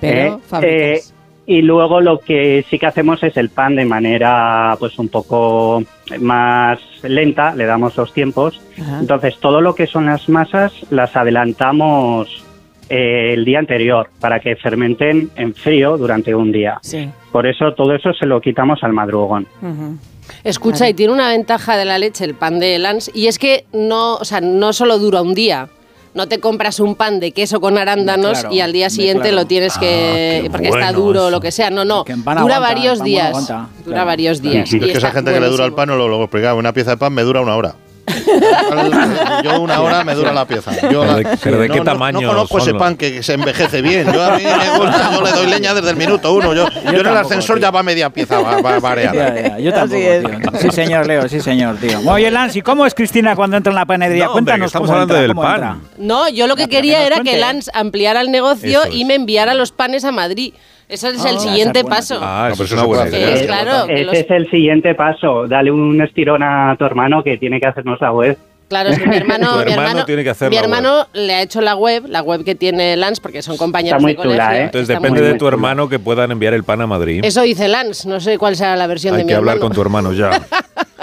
[SPEAKER 3] Pero
[SPEAKER 11] eh,
[SPEAKER 3] fabricas.
[SPEAKER 11] Y luego lo que sí que hacemos es el pan de manera, pues un poco más lenta, le damos los tiempos.
[SPEAKER 3] Ajá.
[SPEAKER 11] Entonces, todo lo que son las masas las adelantamos eh, el día anterior para que fermenten en frío durante un día.
[SPEAKER 3] Sí.
[SPEAKER 11] Por eso todo eso se lo quitamos al madrugón.
[SPEAKER 3] Ujú.
[SPEAKER 5] Escucha,
[SPEAKER 3] Claro.
[SPEAKER 5] y tiene una ventaja de la leche el pan de Lance, y es que no, o sea, no solo dura un día. No te compras un pan de queso con arándanos
[SPEAKER 4] Claro,
[SPEAKER 5] y al día
[SPEAKER 4] hombre,
[SPEAKER 5] siguiente
[SPEAKER 4] claro.
[SPEAKER 5] lo tienes
[SPEAKER 1] Ah,
[SPEAKER 5] que.
[SPEAKER 1] qué
[SPEAKER 5] porque está
[SPEAKER 1] bueno
[SPEAKER 5] duro o
[SPEAKER 1] eso.
[SPEAKER 5] lo que sea. No, no.
[SPEAKER 4] Que en pan
[SPEAKER 5] dura
[SPEAKER 4] aguanta, en
[SPEAKER 5] varios
[SPEAKER 4] pan
[SPEAKER 5] días.
[SPEAKER 4] aguanta,
[SPEAKER 5] dura
[SPEAKER 4] claro.
[SPEAKER 5] varios días.
[SPEAKER 2] Es que
[SPEAKER 5] y
[SPEAKER 2] esa
[SPEAKER 5] está
[SPEAKER 2] gente que le dura el
[SPEAKER 5] buenísimo.
[SPEAKER 2] pan no lo lo explicaba. Una pieza de pan me dura una
[SPEAKER 5] [LAUGHS]
[SPEAKER 2] hora. Yo una hora me dura la pieza. Yo
[SPEAKER 1] Pero
[SPEAKER 2] la-
[SPEAKER 1] de- pero de
[SPEAKER 2] no-
[SPEAKER 1] qué
[SPEAKER 2] no-
[SPEAKER 1] tamaño
[SPEAKER 2] No conozco
[SPEAKER 1] son
[SPEAKER 2] ese
[SPEAKER 1] los-
[SPEAKER 2] pan que se envejece bien. Yo a mí me gusta, yo le doy leña desde el minuto uno. Yo, yo en el
[SPEAKER 4] tampoco,
[SPEAKER 2] ascensor
[SPEAKER 4] tío.
[SPEAKER 2] ya va media pieza va, va-
[SPEAKER 4] Ya,
[SPEAKER 2] variada.
[SPEAKER 4] ya, Yo tampoco,
[SPEAKER 3] es.
[SPEAKER 4] tío. Sí, señor, Leo, sí, señor, tío. Oye, Lance, ¿y cómo es Cristina cuando entra en la panadería?
[SPEAKER 1] No, hombre, que
[SPEAKER 4] Cuéntanos
[SPEAKER 1] estamos
[SPEAKER 4] cómo
[SPEAKER 1] hablando
[SPEAKER 4] entra,
[SPEAKER 1] del
[SPEAKER 4] cómo
[SPEAKER 1] pan.
[SPEAKER 4] entra.
[SPEAKER 5] No, yo lo que
[SPEAKER 4] Ya, pero que
[SPEAKER 5] quería
[SPEAKER 4] nos
[SPEAKER 5] era
[SPEAKER 4] cuente.
[SPEAKER 5] que Lance ampliara el negocio
[SPEAKER 1] Eso es.
[SPEAKER 5] y me enviara los panes a Madrid. Eso es el
[SPEAKER 4] Ah, esa
[SPEAKER 5] siguiente
[SPEAKER 4] es buena.
[SPEAKER 5] paso.
[SPEAKER 1] Ah,
[SPEAKER 2] No,
[SPEAKER 1] eso
[SPEAKER 2] pero
[SPEAKER 1] es
[SPEAKER 2] eso
[SPEAKER 1] una
[SPEAKER 2] se
[SPEAKER 1] buena
[SPEAKER 2] puede
[SPEAKER 1] idea.
[SPEAKER 5] hacer. Sí, claro. que
[SPEAKER 11] Ese
[SPEAKER 5] los-
[SPEAKER 11] es el siguiente paso. Dale un estirón a tu hermano que tiene que hacernos la web.
[SPEAKER 5] Claro, es
[SPEAKER 1] [LAUGHS]
[SPEAKER 5] que mi hermano,
[SPEAKER 1] Tu
[SPEAKER 5] mi
[SPEAKER 1] hermano
[SPEAKER 5] hermano,
[SPEAKER 1] tiene que hacer
[SPEAKER 5] mi
[SPEAKER 1] la web.
[SPEAKER 5] hermano le ha hecho la web, la web que tiene Lance, porque son compañeros
[SPEAKER 11] muy
[SPEAKER 5] de colegio.
[SPEAKER 11] chula, ¿eh?
[SPEAKER 1] Entonces
[SPEAKER 5] Está muy
[SPEAKER 1] depende de
[SPEAKER 5] bien.
[SPEAKER 1] tu hermano que puedan enviar el pan a Madrid.
[SPEAKER 5] Eso dice Lance, no sé cuál será la versión
[SPEAKER 1] Hay
[SPEAKER 5] de mi
[SPEAKER 1] que hablar
[SPEAKER 5] hermano.
[SPEAKER 1] con tu hermano
[SPEAKER 3] [LAUGHS]
[SPEAKER 1] ya.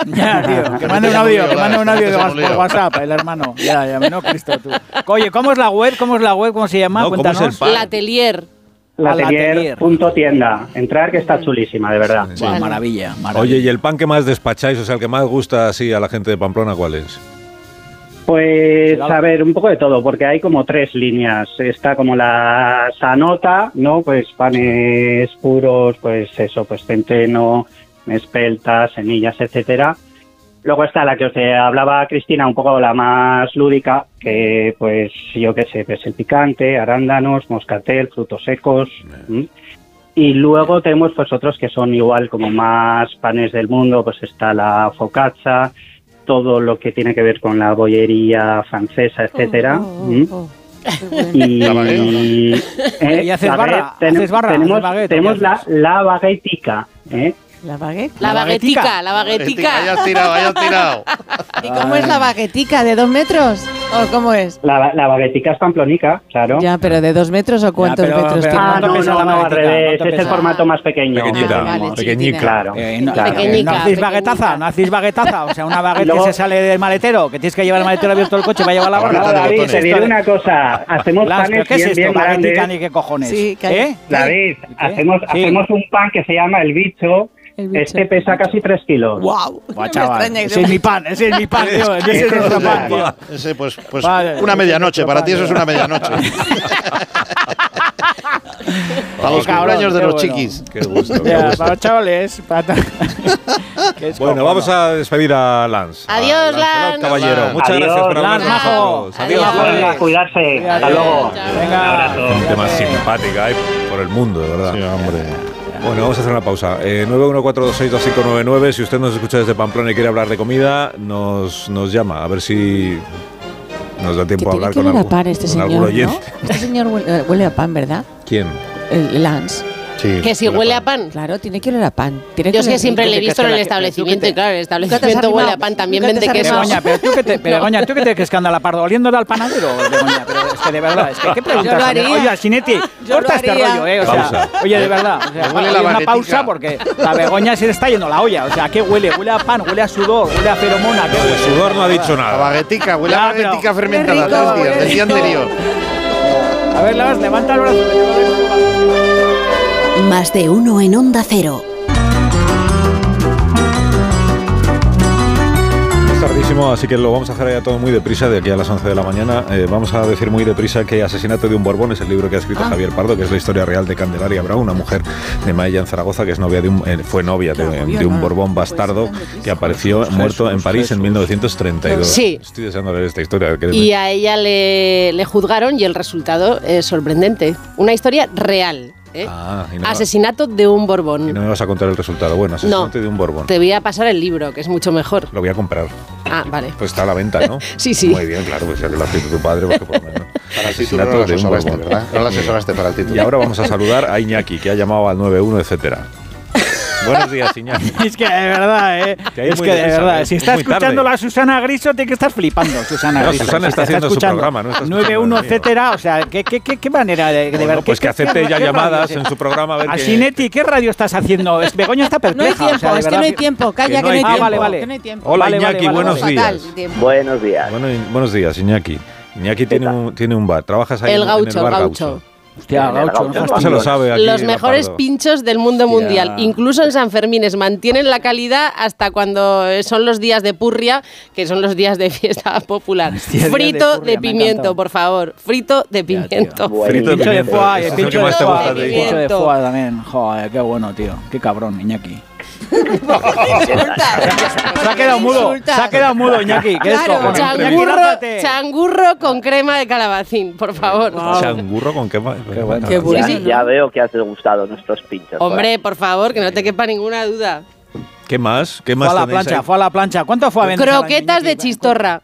[SPEAKER 4] Ya,
[SPEAKER 1] [LAUGHS]
[SPEAKER 4] tío, que
[SPEAKER 2] Que
[SPEAKER 4] mande
[SPEAKER 2] no
[SPEAKER 4] un
[SPEAKER 2] te
[SPEAKER 4] audio,
[SPEAKER 2] llamo
[SPEAKER 4] que
[SPEAKER 2] yo,
[SPEAKER 4] mande un
[SPEAKER 2] Lara,
[SPEAKER 4] audio
[SPEAKER 2] que no
[SPEAKER 4] de
[SPEAKER 2] te
[SPEAKER 4] wa-
[SPEAKER 2] llamo
[SPEAKER 4] por
[SPEAKER 2] yo.
[SPEAKER 4] WhatsApp, el hermano. Ya, ya, no, Cristo, tú. Oye, ¿cómo es la web? ¿Cómo es la web? ¿Cómo se llama?
[SPEAKER 1] No, ¿cómo es el
[SPEAKER 4] Cuéntanos.
[SPEAKER 1] pan?
[SPEAKER 5] La Atelier.
[SPEAKER 4] A la Atelier.
[SPEAKER 11] Latelier.tienda. Entrar que está chulísima, de verdad.
[SPEAKER 4] Buah, maravilla, maravilla.
[SPEAKER 1] Oye, ¿y el pan que más despacháis, o sea, el que más gusta así a la gente de Pamplona, cuál es?
[SPEAKER 11] Pues a ver, un poco de todo, porque hay como tres líneas. Está como la sanota, ¿no? Pues panes puros, pues eso, pues centeno, espeltas, semillas, etcétera. Luego está la que os eh, hablaba Cristina, un poco la más lúdica, que pues yo qué sé, pues el picante, arándanos, moscatel, frutos secos. ¿m? Y luego tenemos pues otros que son igual como más panes del mundo, pues está la focaccia, todo lo que tiene que ver con la bollería francesa, etcétera.
[SPEAKER 3] Oh,
[SPEAKER 11] ¿m?
[SPEAKER 3] oh, oh, qué bueno.
[SPEAKER 11] Y,
[SPEAKER 2] La baguette.
[SPEAKER 3] Mm.
[SPEAKER 11] eh,
[SPEAKER 4] ¿Y haces
[SPEAKER 11] a
[SPEAKER 4] barra?
[SPEAKER 11] ten-
[SPEAKER 4] ¿Haces barra? ¿Haces
[SPEAKER 11] Tenemos,
[SPEAKER 4] baguette?
[SPEAKER 11] tenemos
[SPEAKER 4] ¿Qué
[SPEAKER 11] la,
[SPEAKER 4] haces?
[SPEAKER 11] la baguetica, ¿eh?
[SPEAKER 3] ¿La baguette?
[SPEAKER 5] La,
[SPEAKER 4] La
[SPEAKER 5] baguetica,
[SPEAKER 4] baguetica.
[SPEAKER 5] la
[SPEAKER 2] Baguetica,
[SPEAKER 5] baguetica.
[SPEAKER 2] Hayas Este, tirado, hayas tirado.
[SPEAKER 3] ¿Y cómo es la baguetica? ¿De dos metros? ¿O cómo es?
[SPEAKER 11] La, la baguetica es pamplonica, claro.
[SPEAKER 3] Ya, pero ¿de dos metros o cuántos
[SPEAKER 4] pero-
[SPEAKER 3] metros?
[SPEAKER 4] pero-
[SPEAKER 3] tiene?
[SPEAKER 11] Ah,
[SPEAKER 4] ¿Cuánto
[SPEAKER 11] no, no,
[SPEAKER 4] pesa
[SPEAKER 11] no,
[SPEAKER 4] la
[SPEAKER 11] al
[SPEAKER 4] baguetica?
[SPEAKER 11] revés, este
[SPEAKER 4] ¿Cuánto
[SPEAKER 11] es el
[SPEAKER 4] pesa?
[SPEAKER 11] formato más pequeño.
[SPEAKER 1] Pequeñita,
[SPEAKER 3] vale, chiquitina.
[SPEAKER 1] pequeñica.
[SPEAKER 11] Claro,
[SPEAKER 4] Eh, no,
[SPEAKER 11] claro.
[SPEAKER 4] eh, ¿no
[SPEAKER 5] Pequeñica,
[SPEAKER 4] hacéis
[SPEAKER 5] pequeñica.
[SPEAKER 4] baguetaza, no hacéis baguetaza, o sea, una baguette
[SPEAKER 11] Luego-
[SPEAKER 4] que se sale del maletero, que tienes que llevar el maletero abierto el coche, va a llevar la
[SPEAKER 2] Ahora
[SPEAKER 11] No,
[SPEAKER 4] barra.
[SPEAKER 2] Bagueta de
[SPEAKER 11] David, te
[SPEAKER 2] botones.
[SPEAKER 11] diré una cosa. Hacemos
[SPEAKER 4] Las- ¿pero
[SPEAKER 11] panes
[SPEAKER 4] ¿Qué es
[SPEAKER 11] bien,
[SPEAKER 4] esto?
[SPEAKER 11] bien
[SPEAKER 4] ¿Baguetica
[SPEAKER 11] grandes.
[SPEAKER 4] ni qué cojones?
[SPEAKER 3] Sí, que-
[SPEAKER 4] ¿Eh?
[SPEAKER 11] David,
[SPEAKER 4] ¿Qué?
[SPEAKER 11] hacemos,
[SPEAKER 4] Sí.
[SPEAKER 11] hacemos un pan que se llama el bicho.
[SPEAKER 3] El bicho.
[SPEAKER 11] Este pesa casi 3 kilos.
[SPEAKER 3] ¡Wow!
[SPEAKER 4] Buah, chaval, ese es mi pan, ese es mi pan, tío, ese es nuestro
[SPEAKER 2] [LAUGHS]
[SPEAKER 4] pan, tío.
[SPEAKER 2] Ese, pues, pues
[SPEAKER 4] Vale.
[SPEAKER 2] una medianoche. Para ti eso es una
[SPEAKER 3] [LAUGHS]
[SPEAKER 2] medianoche. Para los
[SPEAKER 4] Qué cabrón,
[SPEAKER 2] cumpleaños de
[SPEAKER 4] qué
[SPEAKER 2] los
[SPEAKER 4] bueno.
[SPEAKER 2] chiquis.
[SPEAKER 1] Qué gusto. qué
[SPEAKER 4] Ya,
[SPEAKER 1] gusto.
[SPEAKER 4] para los chavales, para ta- Qué es
[SPEAKER 1] Bueno,
[SPEAKER 4] cojono.
[SPEAKER 1] vamos a despedir a Lance.
[SPEAKER 5] Adiós,
[SPEAKER 1] A
[SPEAKER 5] Lance.
[SPEAKER 1] Caballero, muchas
[SPEAKER 11] Adiós,
[SPEAKER 1] gracias por hablar
[SPEAKER 4] Lance,
[SPEAKER 1] con
[SPEAKER 4] majo.
[SPEAKER 1] nosotros.
[SPEAKER 5] Adiós,
[SPEAKER 11] Venga,
[SPEAKER 4] Lance.
[SPEAKER 11] cuidarse. Hasta
[SPEAKER 4] Adiós.
[SPEAKER 11] luego.
[SPEAKER 4] Venga.
[SPEAKER 1] Gente más simpática hay por el mundo, de verdad.
[SPEAKER 2] Sí, hombre.
[SPEAKER 1] Bueno, vamos a hacer una pausa. Eh, 914262599. Si usted nos escucha desde Pamplona y quiere hablar de comida, nos, nos llama. A ver si nos da
[SPEAKER 3] Que
[SPEAKER 1] tiempo a
[SPEAKER 3] tiene
[SPEAKER 1] hablar
[SPEAKER 3] que
[SPEAKER 1] con,
[SPEAKER 3] oler a
[SPEAKER 1] algún-
[SPEAKER 3] pan este
[SPEAKER 1] con
[SPEAKER 3] señor, eh,
[SPEAKER 1] algún
[SPEAKER 3] ¿no?
[SPEAKER 1] oyente.
[SPEAKER 3] Este señor huele, huele a pan, ¿verdad?
[SPEAKER 1] ¿Quién?
[SPEAKER 3] El Lance.
[SPEAKER 2] Sí,
[SPEAKER 5] Que si huele a pan.
[SPEAKER 3] Claro, tiene que oler a pan. Tiene
[SPEAKER 5] Yo es
[SPEAKER 3] oler
[SPEAKER 5] que siempre
[SPEAKER 3] rico.
[SPEAKER 5] le he visto en el establecimiento y claro, el establecimiento huele a pan también,
[SPEAKER 3] Nunca te
[SPEAKER 5] vende
[SPEAKER 3] has
[SPEAKER 5] queso.
[SPEAKER 3] arrimado.
[SPEAKER 4] Begoña, pero tú que te, Begoña, ¿tú que te crees que anda la parda oliéndolo al panadero, Begoña? Pero es que de verdad, es que qué
[SPEAKER 3] Yo lo
[SPEAKER 4] preguntas.
[SPEAKER 3] haría.
[SPEAKER 4] Oye, Sinetti,
[SPEAKER 3] Yo
[SPEAKER 4] corta
[SPEAKER 3] lo
[SPEAKER 4] este
[SPEAKER 3] haría.
[SPEAKER 4] rollo, ¿eh? O sea,
[SPEAKER 1] Pausa.
[SPEAKER 4] oye, de verdad. O sea,
[SPEAKER 2] Me huele la
[SPEAKER 4] hay una
[SPEAKER 2] varetica.
[SPEAKER 4] pausa porque la Begoña se le está yendo la olla. O sea, ¿qué huele? Huele a pan, huele a sudor, huele a feromona. ¿qué
[SPEAKER 1] El
[SPEAKER 4] huele?
[SPEAKER 1] sudor Pues no ha dicho
[SPEAKER 2] La
[SPEAKER 1] nada.
[SPEAKER 2] baguetica, huele
[SPEAKER 4] Ya,
[SPEAKER 2] a baguetica
[SPEAKER 4] pero-
[SPEAKER 2] fermentada
[SPEAKER 3] Qué rico,
[SPEAKER 2] dos días,
[SPEAKER 3] huele
[SPEAKER 2] del día
[SPEAKER 3] rico.
[SPEAKER 2] anterior.
[SPEAKER 4] A ver, Lars, levanta el brazo. que te va a ver.
[SPEAKER 10] Más de uno en Onda Cero.
[SPEAKER 1] Es tardísimo, así que lo vamos a hacer ya todo muy deprisa, de aquí a las 11 de la mañana. Eh, vamos a decir muy deprisa que Asesinato de un Borbón es el libro que ha
[SPEAKER 5] Ah.
[SPEAKER 1] escrito Javier Pardo, que es la historia real de Candelaria Brown, una mujer de Maella en Zaragoza, que es novia de un, eh, fue novia de, de un Borbón
[SPEAKER 5] Pues
[SPEAKER 1] bastardo que apareció muerto en París en 1932.
[SPEAKER 5] Sí.
[SPEAKER 1] Estoy deseando leer esta historia. créeme.
[SPEAKER 5] Y a ella le, le juzgaron y el resultado es sorprendente. Una historia real. ¿eh?
[SPEAKER 1] Ah, y no-
[SPEAKER 5] Asesinato de un Borbón.
[SPEAKER 1] Y no me vas a contar el resultado. Bueno, asesinato de un Borbón.
[SPEAKER 5] Te voy a pasar el libro, que es mucho mejor.
[SPEAKER 1] Lo voy a comprar.
[SPEAKER 5] Ah, vale.
[SPEAKER 1] Pues está a la venta, ¿no?
[SPEAKER 5] [LAUGHS] Sí, sí.
[SPEAKER 1] Muy bien, claro, pues ya que lo ha escrito tu padre, porque por lo menos.
[SPEAKER 2] Para el título no lo
[SPEAKER 1] de un
[SPEAKER 2] asesoraste,
[SPEAKER 1] Borbón.
[SPEAKER 2] ¿verdad? No lo asesoraste para el título.
[SPEAKER 1] Y ahora vamos a saludar a Iñaki, que ha llamado al 91, etcétera. Buenos días, Iñaki.
[SPEAKER 4] Es que [LAUGHS] de verdad, ¿eh?
[SPEAKER 1] Que ahí es
[SPEAKER 4] es
[SPEAKER 1] muy
[SPEAKER 4] que de
[SPEAKER 1] deprisa,
[SPEAKER 4] verdad.
[SPEAKER 1] ¿eh?
[SPEAKER 4] Si
[SPEAKER 1] Es
[SPEAKER 4] está
[SPEAKER 1] muy tarde.
[SPEAKER 4] escuchando la Susana Griso, tiene que estar flipando, Susana
[SPEAKER 1] No,
[SPEAKER 4] Griso.
[SPEAKER 1] Susana
[SPEAKER 4] Si
[SPEAKER 1] está
[SPEAKER 4] te
[SPEAKER 1] haciendo su
[SPEAKER 4] escuchando.
[SPEAKER 1] programa, no está escuchando
[SPEAKER 4] 9-1,
[SPEAKER 1] el mío.
[SPEAKER 4] etcétera. O sea, ¿qué, qué, qué, qué manera de, de
[SPEAKER 1] Bueno,
[SPEAKER 4] ver?
[SPEAKER 1] pues
[SPEAKER 4] ¿Qué-
[SPEAKER 1] que
[SPEAKER 4] qué-
[SPEAKER 1] acepte
[SPEAKER 4] qué-
[SPEAKER 1] ya
[SPEAKER 4] qué
[SPEAKER 1] llamadas
[SPEAKER 4] radio
[SPEAKER 1] en
[SPEAKER 4] es?
[SPEAKER 1] su programa. A ver
[SPEAKER 4] A
[SPEAKER 1] que-
[SPEAKER 4] Sinetti, ¿qué radio estás haciendo? Es- Begoña está
[SPEAKER 3] No hay
[SPEAKER 4] perpleja. o sea,
[SPEAKER 3] tiempo,
[SPEAKER 4] de
[SPEAKER 3] es que
[SPEAKER 4] verdad.
[SPEAKER 3] no hay tiempo. Calla,
[SPEAKER 1] Que
[SPEAKER 3] que
[SPEAKER 1] no
[SPEAKER 3] no
[SPEAKER 1] hay
[SPEAKER 3] hay
[SPEAKER 1] tiempo.
[SPEAKER 3] tiempo.
[SPEAKER 1] Ah, vale,
[SPEAKER 4] vale.
[SPEAKER 3] Que no hay tiempo.
[SPEAKER 1] Hola,
[SPEAKER 4] Vale, vale,
[SPEAKER 1] Iñaki,
[SPEAKER 4] vale,
[SPEAKER 1] buenos
[SPEAKER 4] vale.
[SPEAKER 1] días.
[SPEAKER 3] Fatal, el tiempo.
[SPEAKER 6] Buenos días.
[SPEAKER 1] Bueno, y- buenos días, Iñaki. Iñaki tiene un, tiene un bar, trabajas ahí en-
[SPEAKER 5] El
[SPEAKER 1] en
[SPEAKER 5] gaucho,
[SPEAKER 1] el bar
[SPEAKER 5] gaucho.
[SPEAKER 1] gaucho.
[SPEAKER 4] Hostia, gaucho, no
[SPEAKER 1] No se lo sabe aquí.
[SPEAKER 5] Los mejores
[SPEAKER 1] Lapardo.
[SPEAKER 5] pinchos del mundo
[SPEAKER 4] Hostia.
[SPEAKER 5] mundial, incluso en San Fermines, mantienen la calidad hasta cuando son los días de purria, que son los días de fiesta [LAUGHS] popular.
[SPEAKER 4] Hostia, días de
[SPEAKER 5] frito de,
[SPEAKER 4] purria, me ha
[SPEAKER 5] pimiento,
[SPEAKER 4] encantado.
[SPEAKER 5] por favor, frito de pimiento. [LAUGHS]
[SPEAKER 1] Frito
[SPEAKER 6] Buenísimo.
[SPEAKER 4] Pincho de foie,
[SPEAKER 1] Ese
[SPEAKER 4] el
[SPEAKER 1] es
[SPEAKER 4] pincho
[SPEAKER 1] el que
[SPEAKER 4] de
[SPEAKER 1] más te gusta
[SPEAKER 4] foie,
[SPEAKER 1] de
[SPEAKER 4] el
[SPEAKER 1] Iñaki.
[SPEAKER 4] pincho de
[SPEAKER 5] Pimiento.
[SPEAKER 4] foie también. Joder, qué bueno, tío. Qué cabrón, Iñaki. [LAUGHS] Se ha quedado mudo, se ha quedado mudo, Iñaki. ¿Qué
[SPEAKER 3] Claro,
[SPEAKER 4] descojones? Iñaki,
[SPEAKER 5] Changurro,
[SPEAKER 4] lánzate.
[SPEAKER 5] changurro con crema de calabacín, por favor.
[SPEAKER 1] Changurro con qué ma-
[SPEAKER 4] Qué bueno.
[SPEAKER 3] Qué
[SPEAKER 6] Ya,
[SPEAKER 3] bueno. Sí, sí.
[SPEAKER 6] ya veo que has degustado nuestros pinchos.
[SPEAKER 5] Hombre, por favor, que no te quepa ninguna duda.
[SPEAKER 1] ¿Qué más? ¿Qué
[SPEAKER 4] Fue
[SPEAKER 1] más
[SPEAKER 4] a la
[SPEAKER 1] tenéis
[SPEAKER 4] plancha,
[SPEAKER 1] ahí?
[SPEAKER 4] fue a la plancha. ¿Cuánto fue a vender?
[SPEAKER 5] Croquetas de
[SPEAKER 4] Iñaki?
[SPEAKER 5] chistorra.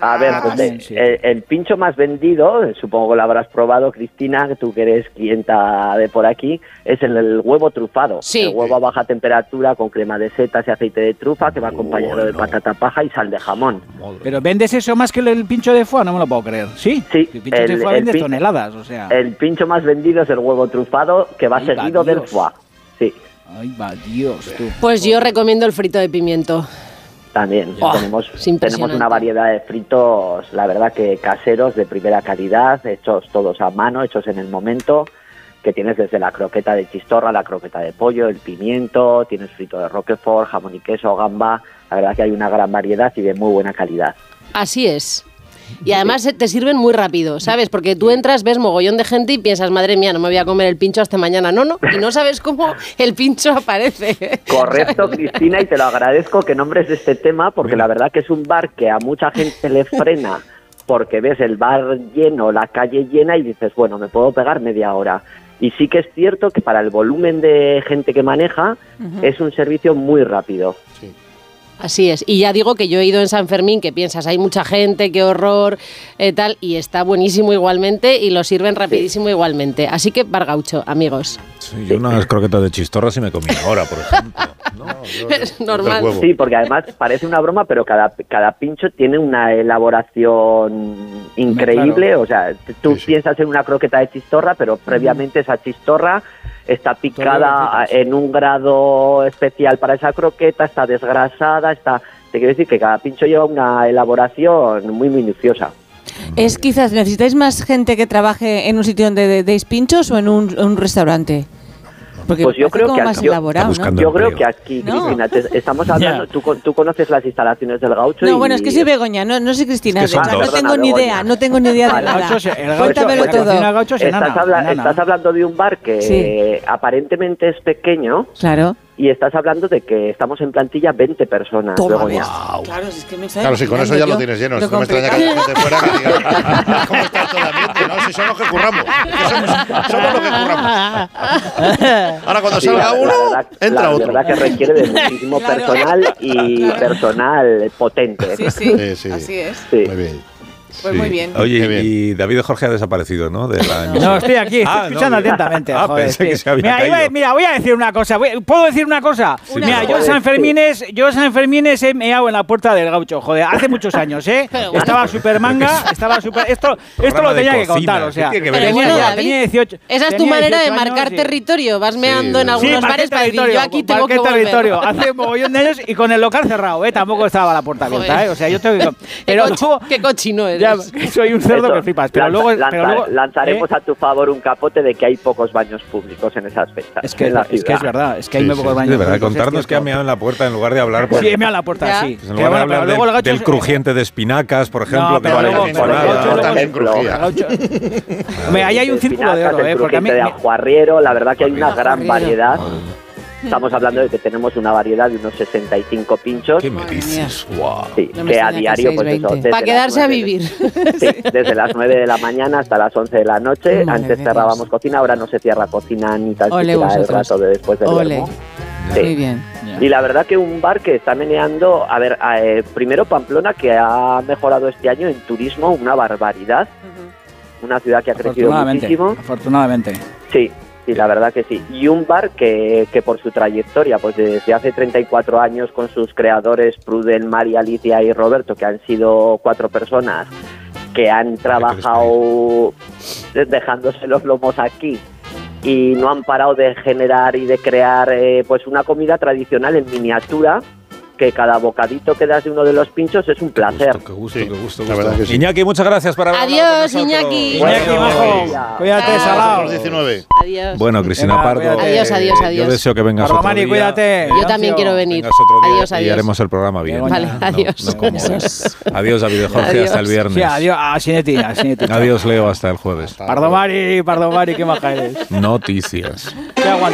[SPEAKER 6] A ver, pues,
[SPEAKER 4] también,
[SPEAKER 6] eh,
[SPEAKER 4] sí.
[SPEAKER 6] el, el pincho más vendido, eh, supongo que lo habrás probado, Cristina, que tú que eres clienta de por aquí, es el, el huevo trufado.
[SPEAKER 5] Sí.
[SPEAKER 6] El huevo a baja temperatura con crema de setas y aceite de trufa que va acompañado de patata paja y sal de jamón.
[SPEAKER 4] Pero vendes eso más que el- el pincho de foie, no me lo puedo creer. Sí,
[SPEAKER 6] Sí,
[SPEAKER 4] el pincho de
[SPEAKER 6] el-
[SPEAKER 4] foie
[SPEAKER 6] el
[SPEAKER 4] vende
[SPEAKER 6] pin-
[SPEAKER 4] toneladas, o sea.
[SPEAKER 6] El pincho más vendido es el huevo trufado que va
[SPEAKER 4] Ahí va,
[SPEAKER 6] seguido del
[SPEAKER 4] Dios.
[SPEAKER 6] foie. Sí,
[SPEAKER 4] Ay, va Dios, tú.
[SPEAKER 5] Pues yo recomiendo el frito de pimiento.
[SPEAKER 6] también.
[SPEAKER 5] Buah,
[SPEAKER 6] tenemos,
[SPEAKER 5] es
[SPEAKER 6] tenemos
[SPEAKER 5] impresionante.
[SPEAKER 6] una variedad de fritos, la verdad que caseros, de primera calidad, hechos todos a mano, hechos en el momento, que tienes desde la croqueta de chistorra, la croqueta de pollo, el pimiento, tienes frito de roquefort, jamón y queso, gamba. La verdad que hay una gran variedad y de muy buena calidad.
[SPEAKER 5] Así es. Y además eh, te sirven muy rápido, ¿sabes? Porque tú entras, ves mogollón de gente y piensas, madre mía, no me voy a comer el pincho hasta mañana. No, no, y no sabes cómo el pincho aparece. [LAUGHS]
[SPEAKER 6] Correcto, Cristina, y te lo agradezco que nombres este tema, porque la verdad que es un bar que a mucha gente le frena, porque ves el bar lleno, la calle llena, y dices, bueno, me puedo pegar media hora. Y sí que es cierto que para el volumen de gente que maneja, es un servicio muy rápido.
[SPEAKER 5] Así es. Y ya digo que yo he ido en San Fermín, que piensas, hay mucha gente, qué horror, eh, tal, y está buenísimo igualmente y lo sirven rapidísimo igualmente. Así que Bargaucho, amigos.
[SPEAKER 1] Sí, yo unas croquetas de chistorra si me comí ahora, por ejemplo.
[SPEAKER 4] [LAUGHS]
[SPEAKER 1] ¿no?
[SPEAKER 5] [LAUGHS] Es normal.
[SPEAKER 2] huevo.
[SPEAKER 6] Sí, porque además parece una broma, pero cada, cada pincho tiene una elaboración increíble. O sea, t- tú
[SPEAKER 1] Sí, sí.
[SPEAKER 6] piensas en una croqueta de chistorra, pero previamente esa chistorra está picada en un grado especial para esa croqueta, está desgrasada, está... Te quiero decir que cada pincho lleva una elaboración muy minuciosa.
[SPEAKER 3] Es quizás, ¿necesitáis más gente que trabaje en un sitio donde de- deis pinchos o en un, en un restaurante? Porque
[SPEAKER 6] Pues
[SPEAKER 3] parece
[SPEAKER 6] yo creo
[SPEAKER 3] como
[SPEAKER 6] que
[SPEAKER 3] más
[SPEAKER 6] yo-
[SPEAKER 3] elaborado,
[SPEAKER 1] Está
[SPEAKER 3] ¿no?
[SPEAKER 1] buscando
[SPEAKER 6] Yo creo
[SPEAKER 1] empleo.
[SPEAKER 6] que aquí,
[SPEAKER 3] No.
[SPEAKER 6] Cristina, te- estamos hablando...
[SPEAKER 4] Ya.
[SPEAKER 6] Tú, con- tú conoces las instalaciones del gaucho
[SPEAKER 3] No,
[SPEAKER 6] y-
[SPEAKER 3] bueno, es que soy Begoña, no, no soy Cristina.
[SPEAKER 1] Es que son
[SPEAKER 3] o sea,
[SPEAKER 1] dos.
[SPEAKER 3] no tengo ni
[SPEAKER 6] Begoña.
[SPEAKER 3] idea, no tengo ni idea de
[SPEAKER 6] Vale.
[SPEAKER 3] nada.
[SPEAKER 4] Gaucho se- el gaucho-
[SPEAKER 3] Cuéntamelo
[SPEAKER 4] la cocina
[SPEAKER 3] todo.
[SPEAKER 4] gaucho es
[SPEAKER 6] Estás,
[SPEAKER 4] enana,
[SPEAKER 6] habla-
[SPEAKER 4] enana.
[SPEAKER 6] estás hablando de un bar que
[SPEAKER 3] Sí.
[SPEAKER 6] eh, aparentemente es pequeño
[SPEAKER 3] Claro.
[SPEAKER 6] y estás hablando de que estamos en plantilla 20 personas.
[SPEAKER 3] Toma,
[SPEAKER 6] Begoña.
[SPEAKER 3] Claro, si es que me está
[SPEAKER 2] Claro, si con eso ya lo tienes lleno.
[SPEAKER 3] Lo
[SPEAKER 2] es que No me extraña que
[SPEAKER 3] complicado.
[SPEAKER 2] haya gente fuera que
[SPEAKER 3] [LAUGHS]
[SPEAKER 2] diga, ¿cómo está todo el ambiente? No, si son los que curramos. que Somos, somos los que
[SPEAKER 3] [LAUGHS]
[SPEAKER 2] curramos. Ahora cuando
[SPEAKER 6] Sí,
[SPEAKER 2] salga
[SPEAKER 6] la- la
[SPEAKER 2] uno,
[SPEAKER 6] verdad-
[SPEAKER 2] entra
[SPEAKER 6] la
[SPEAKER 2] otro.
[SPEAKER 6] verdad que requiere de muchísimo
[SPEAKER 3] Claro.
[SPEAKER 6] personal y
[SPEAKER 3] Claro.
[SPEAKER 6] personal
[SPEAKER 3] [LAUGHS]
[SPEAKER 6] potente.
[SPEAKER 3] Sí, sí,
[SPEAKER 2] Sí, sí.
[SPEAKER 3] así es.
[SPEAKER 6] Sí.
[SPEAKER 2] Muy bien.
[SPEAKER 3] Pues
[SPEAKER 1] Sí.
[SPEAKER 3] muy bien.
[SPEAKER 1] Oye, y David Jorge ha desaparecido, ¿no? De la
[SPEAKER 4] No,
[SPEAKER 1] emisora.
[SPEAKER 4] estoy aquí, estoy
[SPEAKER 1] Ah, no,
[SPEAKER 4] escuchando
[SPEAKER 1] mira.
[SPEAKER 4] atentamente.
[SPEAKER 1] Ah,
[SPEAKER 4] joder,
[SPEAKER 1] pensé
[SPEAKER 4] sí.
[SPEAKER 1] que se había
[SPEAKER 4] mira, iba-
[SPEAKER 1] caído.
[SPEAKER 4] mira, voy a decir una cosa. voy- ¿Puedo decir una cosa?
[SPEAKER 1] Sí,
[SPEAKER 4] mira,
[SPEAKER 1] por
[SPEAKER 4] yo en
[SPEAKER 1] favor.
[SPEAKER 4] San Fermines, yo en San Fermines he meado en la puerta del gaucho, joder, hace muchos años, ¿eh?
[SPEAKER 1] bueno.
[SPEAKER 4] estaba Supermanga, estaba super. Esto, esto
[SPEAKER 1] Programa
[SPEAKER 4] lo
[SPEAKER 1] de
[SPEAKER 4] tenía que
[SPEAKER 1] cocina,
[SPEAKER 4] contar, o
[SPEAKER 1] ¿qué
[SPEAKER 4] sea.
[SPEAKER 1] tiene que ver
[SPEAKER 5] Pero
[SPEAKER 1] eso?
[SPEAKER 5] bueno,
[SPEAKER 1] Ya,
[SPEAKER 5] David,
[SPEAKER 4] tenía 18
[SPEAKER 5] esa es tu
[SPEAKER 4] tenía
[SPEAKER 5] manera de
[SPEAKER 4] 18 años
[SPEAKER 5] marcar
[SPEAKER 4] y-
[SPEAKER 5] territorio. Vas meando en
[SPEAKER 4] Sí,
[SPEAKER 5] algunos
[SPEAKER 4] marqué
[SPEAKER 5] bares para decir, yo aquí tengo
[SPEAKER 4] marqué
[SPEAKER 5] que volver.
[SPEAKER 4] territorio. Hace mogollón de años y con el local cerrado, ¿eh? Tampoco estaba la puerta abierta,
[SPEAKER 5] Joder.
[SPEAKER 4] ¿eh? O sea, yo tengo que...
[SPEAKER 5] [LAUGHS] Qué,
[SPEAKER 4] Pero
[SPEAKER 5] cochi-
[SPEAKER 4] luego...
[SPEAKER 5] qué cochino eres.
[SPEAKER 4] Ya, [LAUGHS] soy un cerdo
[SPEAKER 6] Eso,
[SPEAKER 4] que flipas, pero
[SPEAKER 6] lanza-
[SPEAKER 4] luego...
[SPEAKER 6] lanza-
[SPEAKER 4] pero luego- ¿eh?
[SPEAKER 6] lanzaremos a tu favor un capote de que hay pocos baños públicos en esas fechas.
[SPEAKER 4] Es que,
[SPEAKER 6] en la
[SPEAKER 4] es que
[SPEAKER 6] ciudad.
[SPEAKER 4] es verdad, es que hay
[SPEAKER 1] Sí,
[SPEAKER 4] muy
[SPEAKER 1] sí,
[SPEAKER 4] pocos
[SPEAKER 1] sí,
[SPEAKER 4] baños.
[SPEAKER 1] De verdad,
[SPEAKER 4] públicos, es
[SPEAKER 1] contarnos que ha
[SPEAKER 4] cierto.
[SPEAKER 1] meado en la puerta en lugar de hablar. por-
[SPEAKER 4] Sí, he meado la puerta,
[SPEAKER 5] Ya.
[SPEAKER 4] sí.
[SPEAKER 1] Pues en
[SPEAKER 4] Pero
[SPEAKER 1] lugar de
[SPEAKER 4] bueno,
[SPEAKER 1] hablar
[SPEAKER 4] pero
[SPEAKER 1] del,
[SPEAKER 4] luego el gaucho
[SPEAKER 1] del
[SPEAKER 4] es-
[SPEAKER 1] crujiente de espinacas, por ejemplo,
[SPEAKER 4] No,
[SPEAKER 1] que
[SPEAKER 4] pero
[SPEAKER 1] no
[SPEAKER 4] luego-
[SPEAKER 1] vale
[SPEAKER 4] pero
[SPEAKER 1] para
[SPEAKER 4] el gaucho
[SPEAKER 1] nada.
[SPEAKER 4] luego-
[SPEAKER 2] También crujía.
[SPEAKER 4] el gaucho- Me- Ahí hay un círculo de
[SPEAKER 6] Espinacas,
[SPEAKER 4] oro, ¿eh?
[SPEAKER 6] el
[SPEAKER 4] Porque a mí...
[SPEAKER 6] crujite de ajuarriero, la verdad que hay una gran
[SPEAKER 5] Ajuarriero.
[SPEAKER 6] variedad. Estamos hablando de que tenemos una variedad de unos 65 pinchos.
[SPEAKER 1] ¿Qué me
[SPEAKER 3] Madre
[SPEAKER 1] dices? Guau.
[SPEAKER 6] Sí,
[SPEAKER 3] No me
[SPEAKER 6] que a
[SPEAKER 3] extraña que
[SPEAKER 6] diario,
[SPEAKER 3] seáis
[SPEAKER 6] pues eso,
[SPEAKER 3] 20.
[SPEAKER 6] desde
[SPEAKER 5] Para
[SPEAKER 6] las
[SPEAKER 5] quedarse a
[SPEAKER 6] nueve de-
[SPEAKER 5] vivir.
[SPEAKER 6] [LAUGHS] Sí, desde las 9 de la mañana hasta las 11 de la noche.
[SPEAKER 3] Madre
[SPEAKER 6] Antes
[SPEAKER 3] de
[SPEAKER 6] cerrábamos
[SPEAKER 3] Dios.
[SPEAKER 6] cocina, ahora no se cierra cocina ni tan
[SPEAKER 3] Ole
[SPEAKER 6] siquiera el
[SPEAKER 3] vosotros.
[SPEAKER 6] rato de después del
[SPEAKER 3] Ole.
[SPEAKER 6] verbo. Sí.
[SPEAKER 3] Muy bien.
[SPEAKER 6] Y la verdad que un bar que está meneando, a ver, a, eh, primero Pamplona que ha mejorado este año en turismo una barbaridad, una ciudad que ha crecido
[SPEAKER 4] Afortunadamente,
[SPEAKER 6] muchísimo.
[SPEAKER 4] afortunadamente.
[SPEAKER 6] Sí, sí, la verdad que sí. Y un bar que, que por su trayectoria, pues desde hace 34 años con sus creadores Prudel, María, Alicia y Roberto, que han sido cuatro personas que han trabajado dejándose los lomos aquí y no han parado de generar y de crear eh, pues una comida tradicional en miniatura que cada bocadito que das de uno de los pinchos es un placer.
[SPEAKER 1] Qué gusto,
[SPEAKER 2] Sí,
[SPEAKER 1] qué gusto,
[SPEAKER 2] la
[SPEAKER 1] qué gusto.
[SPEAKER 2] verdad que sí.
[SPEAKER 1] Iñaki, muchas gracias por haber hablado
[SPEAKER 5] Adiós,
[SPEAKER 1] con nosotros.
[SPEAKER 5] Iñaki.
[SPEAKER 4] Iñaki,
[SPEAKER 1] Bueno.
[SPEAKER 4] majo,
[SPEAKER 6] Chao.
[SPEAKER 4] cuídate,
[SPEAKER 5] Chao.
[SPEAKER 4] salado.
[SPEAKER 2] Los 19.
[SPEAKER 5] Adiós.
[SPEAKER 1] Bueno, Cristina
[SPEAKER 4] Venga,
[SPEAKER 1] Pardo.
[SPEAKER 4] cuídate.
[SPEAKER 5] Adiós, adiós,
[SPEAKER 1] eh,
[SPEAKER 5] adiós.
[SPEAKER 1] Yo deseo que vengas
[SPEAKER 4] Arroba
[SPEAKER 1] otro
[SPEAKER 4] Mari,
[SPEAKER 1] día.
[SPEAKER 4] cuídate.
[SPEAKER 5] Yo también quiero venir.
[SPEAKER 1] Vengas otro día
[SPEAKER 5] Adiós,
[SPEAKER 1] y
[SPEAKER 5] adiós.
[SPEAKER 1] haremos el programa bien.
[SPEAKER 4] Vale,
[SPEAKER 1] No,
[SPEAKER 5] adiós.
[SPEAKER 1] no como ahora. Adiós, David Jorge,
[SPEAKER 5] Adiós.
[SPEAKER 1] hasta el viernes.
[SPEAKER 4] Sí, adiós, Ah, a Sinetti, a Sinetti.
[SPEAKER 1] Adiós, Leo, hasta el jueves.
[SPEAKER 4] Pardomari, Pardomari, qué maja eres.
[SPEAKER 1] Noticias.
[SPEAKER 4] Te aguanto.